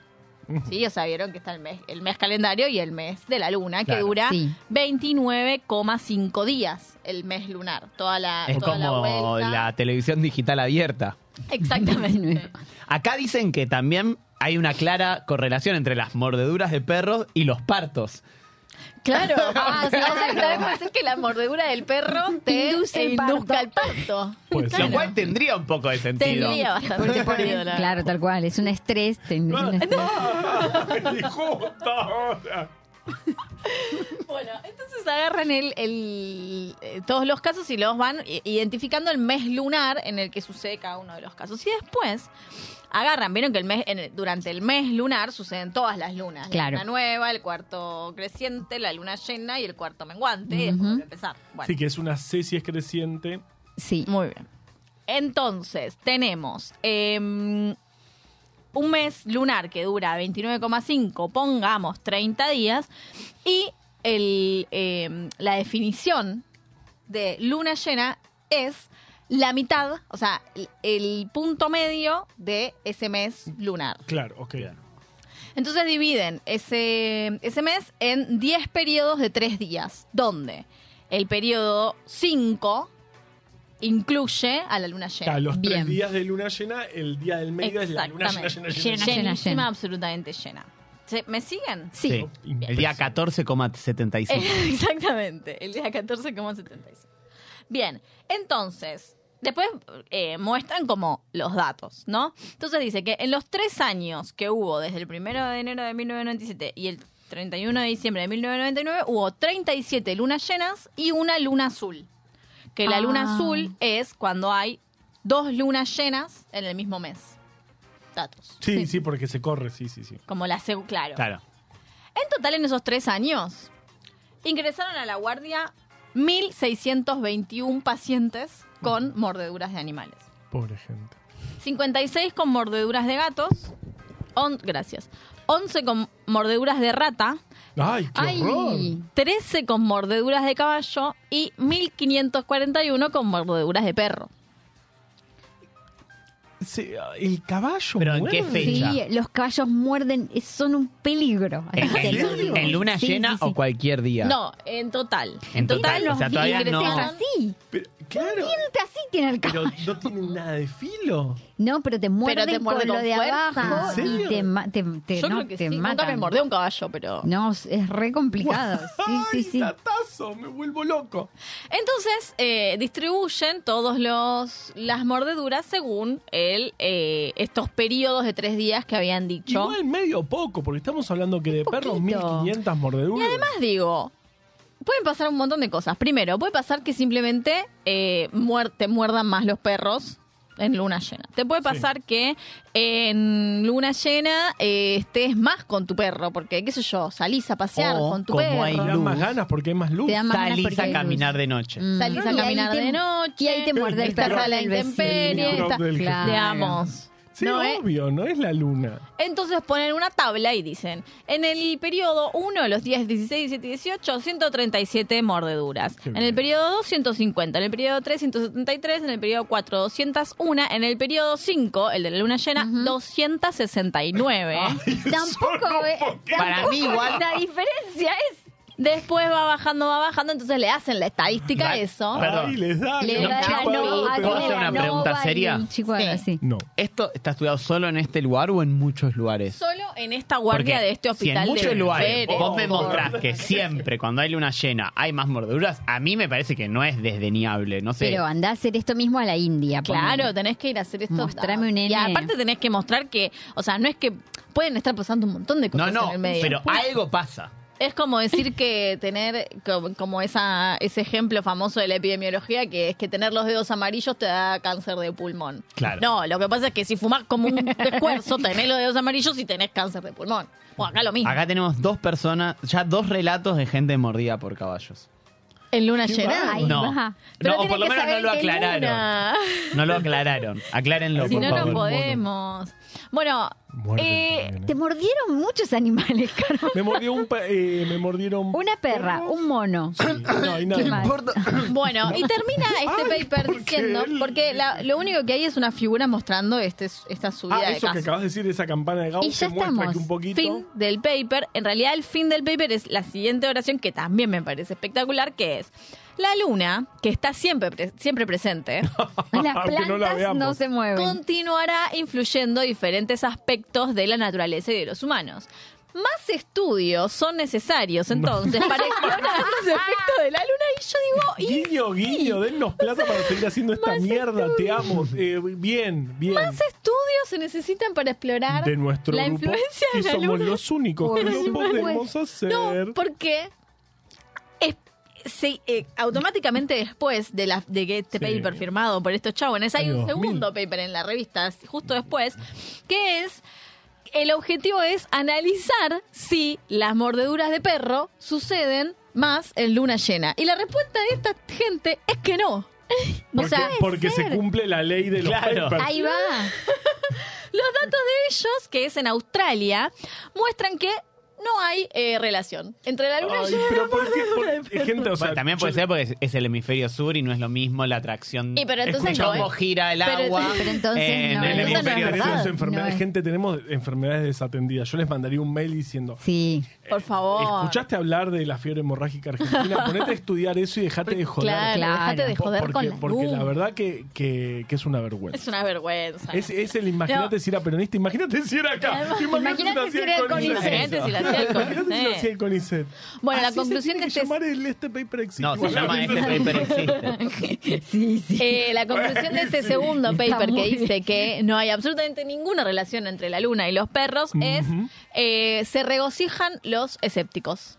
[SPEAKER 3] Sí, o sea, vieron que está el mes, el mes calendario y el mes de la luna, que
[SPEAKER 5] Claro.
[SPEAKER 3] dura
[SPEAKER 6] Sí.
[SPEAKER 3] 29,5 días el mes lunar. Toda la,
[SPEAKER 5] Es
[SPEAKER 3] toda la
[SPEAKER 5] como
[SPEAKER 3] vuelta.
[SPEAKER 5] la, televisión digital abierta.
[SPEAKER 3] Exactamente.
[SPEAKER 5] Acá dicen que también hay una clara correlación entre las mordeduras de perros y los partos.
[SPEAKER 3] Claro, ah, o sea, o sea, que también puede ser que la mordedura del perro te
[SPEAKER 6] Induce el
[SPEAKER 3] induzca el parto.
[SPEAKER 2] Puede ser.
[SPEAKER 5] Lo cual tendría un poco de sentido.
[SPEAKER 3] Tendría bastante sentido, la
[SPEAKER 6] Claro, tal cual. Es un estrés. te- es un estrés.
[SPEAKER 2] Ay, justo ahora.
[SPEAKER 3] Bueno, entonces agarran el, el- eh, todos los casos y los van i- identificando el mes lunar en el que sucede cada uno de los casos. Y después agarran, vieron que el mes, en el- durante el mes lunar suceden todas las lunas.
[SPEAKER 6] Claro.
[SPEAKER 3] La luna nueva, el cuarto creciente, la luna llena y el cuarto menguante. Y después vuelve a empezar. Bueno.
[SPEAKER 2] Así que es una C si es creciente.
[SPEAKER 6] Sí.
[SPEAKER 3] Muy bien. Entonces, tenemos eh, un mes lunar que dura 29,5, pongamos 30 días, y el, eh, la definición de luna llena es la mitad, o sea, el, el punto medio de ese mes lunar.
[SPEAKER 2] Claro, ok.
[SPEAKER 3] Entonces dividen ese, ese mes en 10 periodos de 3 días, donde el periodo 5 incluye a la luna llena.
[SPEAKER 2] Claro, los tres
[SPEAKER 6] Bien.
[SPEAKER 2] días de luna llena, el día del medio es la luna llena, llena, llena.
[SPEAKER 3] Llenísima, absolutamente llena. ¿Se- ¿Me siguen?
[SPEAKER 6] Sí.
[SPEAKER 5] El día 14,75.
[SPEAKER 3] Eh, Exactamente, el día 14,75. Bien, entonces, después eh, muestran como los datos, ¿no? Entonces dice que en los tres años que hubo desde el 1 de enero de 1997 y el 31 de diciembre de 1999, hubo 37 lunas llenas y una luna azul. Que la luna
[SPEAKER 6] Ah.
[SPEAKER 3] azul es cuando hay dos lunas llenas en el mismo mes. Datos.
[SPEAKER 2] Sí, sí, porque se corre, sí, sí, sí.
[SPEAKER 3] Como la SEU, claro.
[SPEAKER 5] Claro.
[SPEAKER 3] En total, en esos tres años, ingresaron a la guardia 1.621 pacientes con mordeduras de animales.
[SPEAKER 2] Pobre gente.
[SPEAKER 3] 56 con mordeduras de gatos. on- gracias. 11 con mordeduras de rata.
[SPEAKER 2] ¡Ay, qué
[SPEAKER 6] Ay.
[SPEAKER 2] horror!
[SPEAKER 3] 13 con mordeduras de caballo. Y 1.541 con mordeduras de perro.
[SPEAKER 2] Se- el caballo
[SPEAKER 5] Pero ¿en
[SPEAKER 2] muerde.
[SPEAKER 5] qué fe- Fecha.
[SPEAKER 6] Sí, los caballos muerden, es- son un peligro.
[SPEAKER 5] ¿En,
[SPEAKER 6] Así que-
[SPEAKER 5] en- en luna
[SPEAKER 6] Sí,
[SPEAKER 5] llena
[SPEAKER 6] sí, sí.
[SPEAKER 5] o cualquier día?
[SPEAKER 3] No, en total.
[SPEAKER 5] En total, o sea,
[SPEAKER 3] los
[SPEAKER 5] todavía
[SPEAKER 6] Pero
[SPEAKER 5] no-
[SPEAKER 6] es
[SPEAKER 3] ingresaron-
[SPEAKER 6] así.
[SPEAKER 2] Pero, claro,
[SPEAKER 6] Siempre así tiene el
[SPEAKER 2] pero
[SPEAKER 6] caballo.
[SPEAKER 2] no tiene nada de filo.
[SPEAKER 6] No, pero te muerden
[SPEAKER 3] te muerde
[SPEAKER 6] con lo
[SPEAKER 3] con
[SPEAKER 6] de
[SPEAKER 3] fuerza.
[SPEAKER 6] abajo
[SPEAKER 2] ¿En
[SPEAKER 6] y
[SPEAKER 2] serio?
[SPEAKER 6] te, ma- te, te,
[SPEAKER 3] Yo
[SPEAKER 6] no,
[SPEAKER 3] creo que
[SPEAKER 6] te
[SPEAKER 3] sí. Nunca me
[SPEAKER 6] matan.
[SPEAKER 3] mordió un caballo, pero...
[SPEAKER 6] No, es re complicado. Sí, sí,
[SPEAKER 2] ¡Ay,
[SPEAKER 6] sí.
[SPEAKER 2] tatazo! Me vuelvo loco.
[SPEAKER 3] Entonces eh, distribuyen todos los las mordeduras según el eh, estos periodos de tres días que habían dicho.
[SPEAKER 2] Igual medio poco, porque estamos hablando que de perros
[SPEAKER 3] poquito.
[SPEAKER 2] 1500 mordeduras.
[SPEAKER 3] Además digo, pueden pasar un montón de cosas. Primero, puede pasar que simplemente eh, muer- te muerdan más los perros en luna llena. Te puede pasar que en luna llena eh, estés más con tu perro, porque qué sé yo, salís a pasear
[SPEAKER 5] O,
[SPEAKER 3] con tu
[SPEAKER 5] como
[SPEAKER 3] perro.
[SPEAKER 5] hay
[SPEAKER 2] te dan
[SPEAKER 5] luz.
[SPEAKER 2] más ganas porque hay más luz.
[SPEAKER 6] Te dan más ganas
[SPEAKER 5] Salís
[SPEAKER 6] porque
[SPEAKER 5] a
[SPEAKER 6] hay
[SPEAKER 5] caminar
[SPEAKER 6] luz.
[SPEAKER 5] de noche.
[SPEAKER 6] Mm.
[SPEAKER 3] Salís a
[SPEAKER 6] Y ahí
[SPEAKER 3] caminar
[SPEAKER 6] te-
[SPEAKER 3] de noche.
[SPEAKER 6] Y ahí te muerde el
[SPEAKER 3] Estás
[SPEAKER 6] perro
[SPEAKER 3] a la
[SPEAKER 6] del vecino.
[SPEAKER 3] intemperie.
[SPEAKER 2] El
[SPEAKER 3] estás-
[SPEAKER 2] perro del
[SPEAKER 6] Claro.
[SPEAKER 3] Te amos.
[SPEAKER 2] Sí,
[SPEAKER 3] No, ¿eh?
[SPEAKER 2] obvio, no es la luna.
[SPEAKER 3] Entonces ponen una tabla y dicen, en el periodo 1, los días 16, 17 y 18, 137 mordeduras.
[SPEAKER 2] Qué
[SPEAKER 3] En
[SPEAKER 2] bien.
[SPEAKER 3] el periodo 2, 150. En el periodo 3, 173. En el periodo 4, 201. En el periodo 5, el de la luna llena, 269.
[SPEAKER 6] Tampoco, eh,
[SPEAKER 5] Para mí igual-
[SPEAKER 6] La diferencia es.
[SPEAKER 3] Después va bajando, va bajando, ences le hacen la estadística a
[SPEAKER 5] Va-
[SPEAKER 3] eso.
[SPEAKER 5] va- Perdón.
[SPEAKER 2] Ay, les da
[SPEAKER 6] Le
[SPEAKER 2] no,
[SPEAKER 6] da la
[SPEAKER 2] chico,
[SPEAKER 6] no-
[SPEAKER 2] te
[SPEAKER 5] ¿puedo
[SPEAKER 6] le
[SPEAKER 2] vas
[SPEAKER 5] hacer
[SPEAKER 6] da
[SPEAKER 2] a-
[SPEAKER 5] una
[SPEAKER 6] la
[SPEAKER 5] pregunta
[SPEAKER 6] nova
[SPEAKER 5] seria?
[SPEAKER 6] y el chihuahua,
[SPEAKER 3] Sí.
[SPEAKER 6] sí.
[SPEAKER 2] No.
[SPEAKER 5] ¿Esto está estudiado solo en este lugar o en muchos lugares?
[SPEAKER 3] Solo en esta guardia
[SPEAKER 5] Porque
[SPEAKER 3] de este
[SPEAKER 5] si
[SPEAKER 3] hospital.
[SPEAKER 5] en muchos
[SPEAKER 3] de
[SPEAKER 5] lugares
[SPEAKER 3] Pérez.
[SPEAKER 5] vos me mostrás que siempre cuando hay luna llena hay más mordeduras, a mí me parece que no es desdeñable, no sé.
[SPEAKER 6] Pero andá a hacer esto mismo a la India.
[SPEAKER 3] Claro,
[SPEAKER 6] ponele.
[SPEAKER 3] tenés que ir a hacer esto.
[SPEAKER 6] Mostrame un
[SPEAKER 3] Y
[SPEAKER 6] nene.
[SPEAKER 3] aparte tenés que mostrar que, o sea, no es que pueden estar pasando un montón de
[SPEAKER 5] no,
[SPEAKER 3] cosas
[SPEAKER 5] no,
[SPEAKER 3] en el medio.
[SPEAKER 5] pero algo pasa.
[SPEAKER 3] Es como decir que tener co- como esa ese ejemplo famoso de la epidemiología que es que tener los dedos amarillos te da cáncer de pulmón.
[SPEAKER 5] Claro.
[SPEAKER 3] No, lo que pasa es que si fumás como un esfuerzo, tenés los dedos amarillos y tenés cáncer de pulmón. O acá lo mismo.
[SPEAKER 5] Acá tenemos dos personas, ya dos relatos de gente mordida por caballos.
[SPEAKER 3] En luna llena.
[SPEAKER 6] Ay,
[SPEAKER 5] no,
[SPEAKER 6] baja.
[SPEAKER 3] Pero
[SPEAKER 5] no o
[SPEAKER 3] tiene
[SPEAKER 5] por lo
[SPEAKER 3] que
[SPEAKER 5] menos no
[SPEAKER 3] saber
[SPEAKER 5] lo
[SPEAKER 3] que es
[SPEAKER 5] aclararon.
[SPEAKER 3] luna.
[SPEAKER 5] No lo aclararon. Aclárenlo,
[SPEAKER 3] Si
[SPEAKER 5] por
[SPEAKER 3] no,
[SPEAKER 5] favor.
[SPEAKER 3] no podemos. Bueno,
[SPEAKER 2] Muerden
[SPEAKER 3] eh,
[SPEAKER 2] también, ¿eh?
[SPEAKER 6] Te mordieron muchos animales, Carmen.
[SPEAKER 2] Me mordió un pe- eh, me mordieron
[SPEAKER 6] Una perra, un mono.
[SPEAKER 2] Sí, no, hay
[SPEAKER 6] Qué
[SPEAKER 2] nada.
[SPEAKER 6] mal.
[SPEAKER 3] Bueno, y termina este
[SPEAKER 2] Ay,
[SPEAKER 3] paper
[SPEAKER 2] ¿por qué
[SPEAKER 3] diciendo,
[SPEAKER 2] él?
[SPEAKER 3] porque la- lo único que hay es una figura mostrando este, esta subida
[SPEAKER 2] Ah,
[SPEAKER 3] de
[SPEAKER 2] eso que
[SPEAKER 3] casos.
[SPEAKER 2] acabas de decir, esa campana de
[SPEAKER 6] Y
[SPEAKER 2] Gauss,
[SPEAKER 6] ya
[SPEAKER 2] que muestra
[SPEAKER 6] estamos.
[SPEAKER 2] que un poquito.
[SPEAKER 3] Fin del paper. En realidad, el fin del paper es la siguiente oración que también me parece espectacular, que es la luna, que está siempre, pre- siempre presente,
[SPEAKER 6] Las
[SPEAKER 2] Aunque no la
[SPEAKER 6] plantas no,
[SPEAKER 2] veamos.
[SPEAKER 6] se mueven.
[SPEAKER 3] continuará influyendo diferentes aspectos de la naturaleza y de los humanos. Más estudios son necesarios entonces para explorar los efectos de la luna. Y yo digo, y
[SPEAKER 2] Guiño, guiño, dennos plata para seguir haciendo esta
[SPEAKER 3] más
[SPEAKER 2] mierda, te amo. Eh, bien, bien.
[SPEAKER 3] Más estudios se necesitan para explorar
[SPEAKER 2] de nuestro
[SPEAKER 3] la
[SPEAKER 2] grupo.
[SPEAKER 3] influencia
[SPEAKER 2] y
[SPEAKER 3] de la
[SPEAKER 2] somos
[SPEAKER 3] luna.
[SPEAKER 2] los únicos que
[SPEAKER 6] Por
[SPEAKER 2] lo
[SPEAKER 6] supuesto.
[SPEAKER 2] podemos hacer.
[SPEAKER 3] No, porque es- se- eh, automáticamente después de, la, de que este
[SPEAKER 2] Sí.
[SPEAKER 3] paper firmado por estos chabones, hay
[SPEAKER 2] Dios
[SPEAKER 3] un segundo paper en la revista, justo después, que es... El objetivo es analizar si las mordeduras de perro suceden más en luna llena. Y la respuesta de esta gente es que no. O
[SPEAKER 2] porque
[SPEAKER 3] sea,
[SPEAKER 2] porque se cumple la ley de los
[SPEAKER 5] Claro.
[SPEAKER 2] papers.
[SPEAKER 6] Ahí va.
[SPEAKER 3] Los datos de ellos, que es en Australia, muestran que no hay eh, relación entre la luna
[SPEAKER 2] Ay,
[SPEAKER 3] llena y
[SPEAKER 2] pero
[SPEAKER 3] la
[SPEAKER 2] ¿por qué? Por- gente, o sea,
[SPEAKER 5] Bueno, Pues también
[SPEAKER 2] yo-
[SPEAKER 5] puede ser porque es, es el hemisferio sur y no es lo mismo la atracción.
[SPEAKER 3] Y pero entonces
[SPEAKER 5] Escucha
[SPEAKER 3] no,
[SPEAKER 5] cómo
[SPEAKER 3] ¿eh?
[SPEAKER 5] gira el
[SPEAKER 3] Pero-
[SPEAKER 5] agua.
[SPEAKER 6] pero entonces
[SPEAKER 5] en
[SPEAKER 6] no,
[SPEAKER 2] Tenemos,
[SPEAKER 6] eso no
[SPEAKER 5] el
[SPEAKER 6] es
[SPEAKER 5] hemisferio
[SPEAKER 2] tenemos
[SPEAKER 6] verdad.
[SPEAKER 2] enfermedades,
[SPEAKER 6] No es.
[SPEAKER 2] gente, tenemos enfermedades desatendidas. Yo les mandaría un mail diciendo,
[SPEAKER 6] Sí.
[SPEAKER 3] Por favor.
[SPEAKER 2] ¿escuchaste hablar de la fiebre hemorrágica argentina? Ponete a estudiar eso y dejate de joder.
[SPEAKER 3] Claro,
[SPEAKER 6] Claro.
[SPEAKER 3] dejate de
[SPEAKER 2] Po-
[SPEAKER 3] joder
[SPEAKER 2] porque,
[SPEAKER 3] con la
[SPEAKER 2] porque
[SPEAKER 3] luna.
[SPEAKER 2] la verdad que, que- que es una vergüenza.
[SPEAKER 3] Es una vergüenza.
[SPEAKER 2] Es, es el imagínate si era peronista, imagínate si era acá.
[SPEAKER 4] imagínate si era el
[SPEAKER 3] Imagínate si la hacía el
[SPEAKER 2] Imagínate si lo
[SPEAKER 3] CONICET.
[SPEAKER 2] hacía el CONICET.
[SPEAKER 3] Bueno, la
[SPEAKER 2] Así se tiene
[SPEAKER 3] conclusión de
[SPEAKER 2] que
[SPEAKER 3] este es-
[SPEAKER 2] llamar el este paper existe.
[SPEAKER 5] No, se llama este paper existe.
[SPEAKER 6] Sí, sí.
[SPEAKER 3] Eh, la conclusión de este segundo paper que dice que no hay absolutamente ninguna relación entre la luna y los perros es eh, se regocijan los escépticos.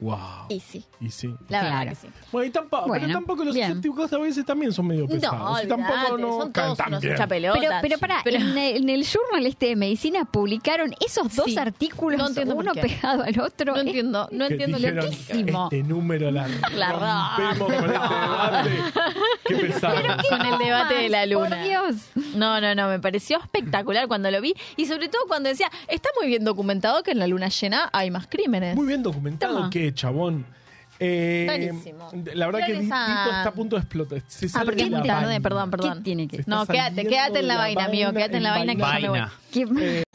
[SPEAKER 2] Wow.
[SPEAKER 3] Y sí,
[SPEAKER 2] Y sí.
[SPEAKER 3] la
[SPEAKER 6] Claro.
[SPEAKER 3] verdad que sí.
[SPEAKER 2] Bueno, y tampoco, pero
[SPEAKER 6] Bueno,
[SPEAKER 2] tampoco los
[SPEAKER 6] bien.
[SPEAKER 2] escépticos a veces también son medio pesados.
[SPEAKER 3] No,
[SPEAKER 2] y tampoco
[SPEAKER 3] olvidate,
[SPEAKER 2] no
[SPEAKER 3] son todos
[SPEAKER 2] cantan
[SPEAKER 3] unos
[SPEAKER 2] bien.
[SPEAKER 3] chapelotas.
[SPEAKER 6] Pero, pero pará,
[SPEAKER 3] Pero-
[SPEAKER 6] En, el, en el journal este de medicina publicaron esos dos
[SPEAKER 3] Sí.
[SPEAKER 6] artículos,
[SPEAKER 3] No entiendo por
[SPEAKER 6] uno
[SPEAKER 3] qué.
[SPEAKER 6] pegado al otro.
[SPEAKER 3] no entiendo, no
[SPEAKER 2] Que
[SPEAKER 3] entiendo
[SPEAKER 2] dijeron,
[SPEAKER 6] loquísimo.
[SPEAKER 2] Este número la,
[SPEAKER 3] La
[SPEAKER 2] rompemos con este debate. Qué pesado.
[SPEAKER 3] con el debate de la luna.
[SPEAKER 6] Por Dios.
[SPEAKER 3] No, no, no, me pareció espectacular cuando lo vi y sobre todo cuando decía, está muy bien documentado que en la luna llena hay más crímenes.
[SPEAKER 2] Muy bien documentado,
[SPEAKER 3] Toma.
[SPEAKER 2] qué chabón. Eh,
[SPEAKER 3] Clarísimo.
[SPEAKER 2] La verdad que Di- Tito
[SPEAKER 3] Interesante.
[SPEAKER 2] está a punto de explotar. Se
[SPEAKER 3] Ah,
[SPEAKER 2] sale
[SPEAKER 3] ¿por
[SPEAKER 2] de
[SPEAKER 3] qué
[SPEAKER 2] la
[SPEAKER 3] me tardé?
[SPEAKER 2] vaina.
[SPEAKER 3] Perdón, perdón.
[SPEAKER 6] ¿Qué tiene que-
[SPEAKER 2] Se está
[SPEAKER 3] No, quédate,
[SPEAKER 2] saliendo
[SPEAKER 3] quédate en la
[SPEAKER 2] de
[SPEAKER 3] vaina, amigo, quédate en la vaina que yo me voy.
[SPEAKER 5] Vaina.
[SPEAKER 2] Eh,
[SPEAKER 6] Qué-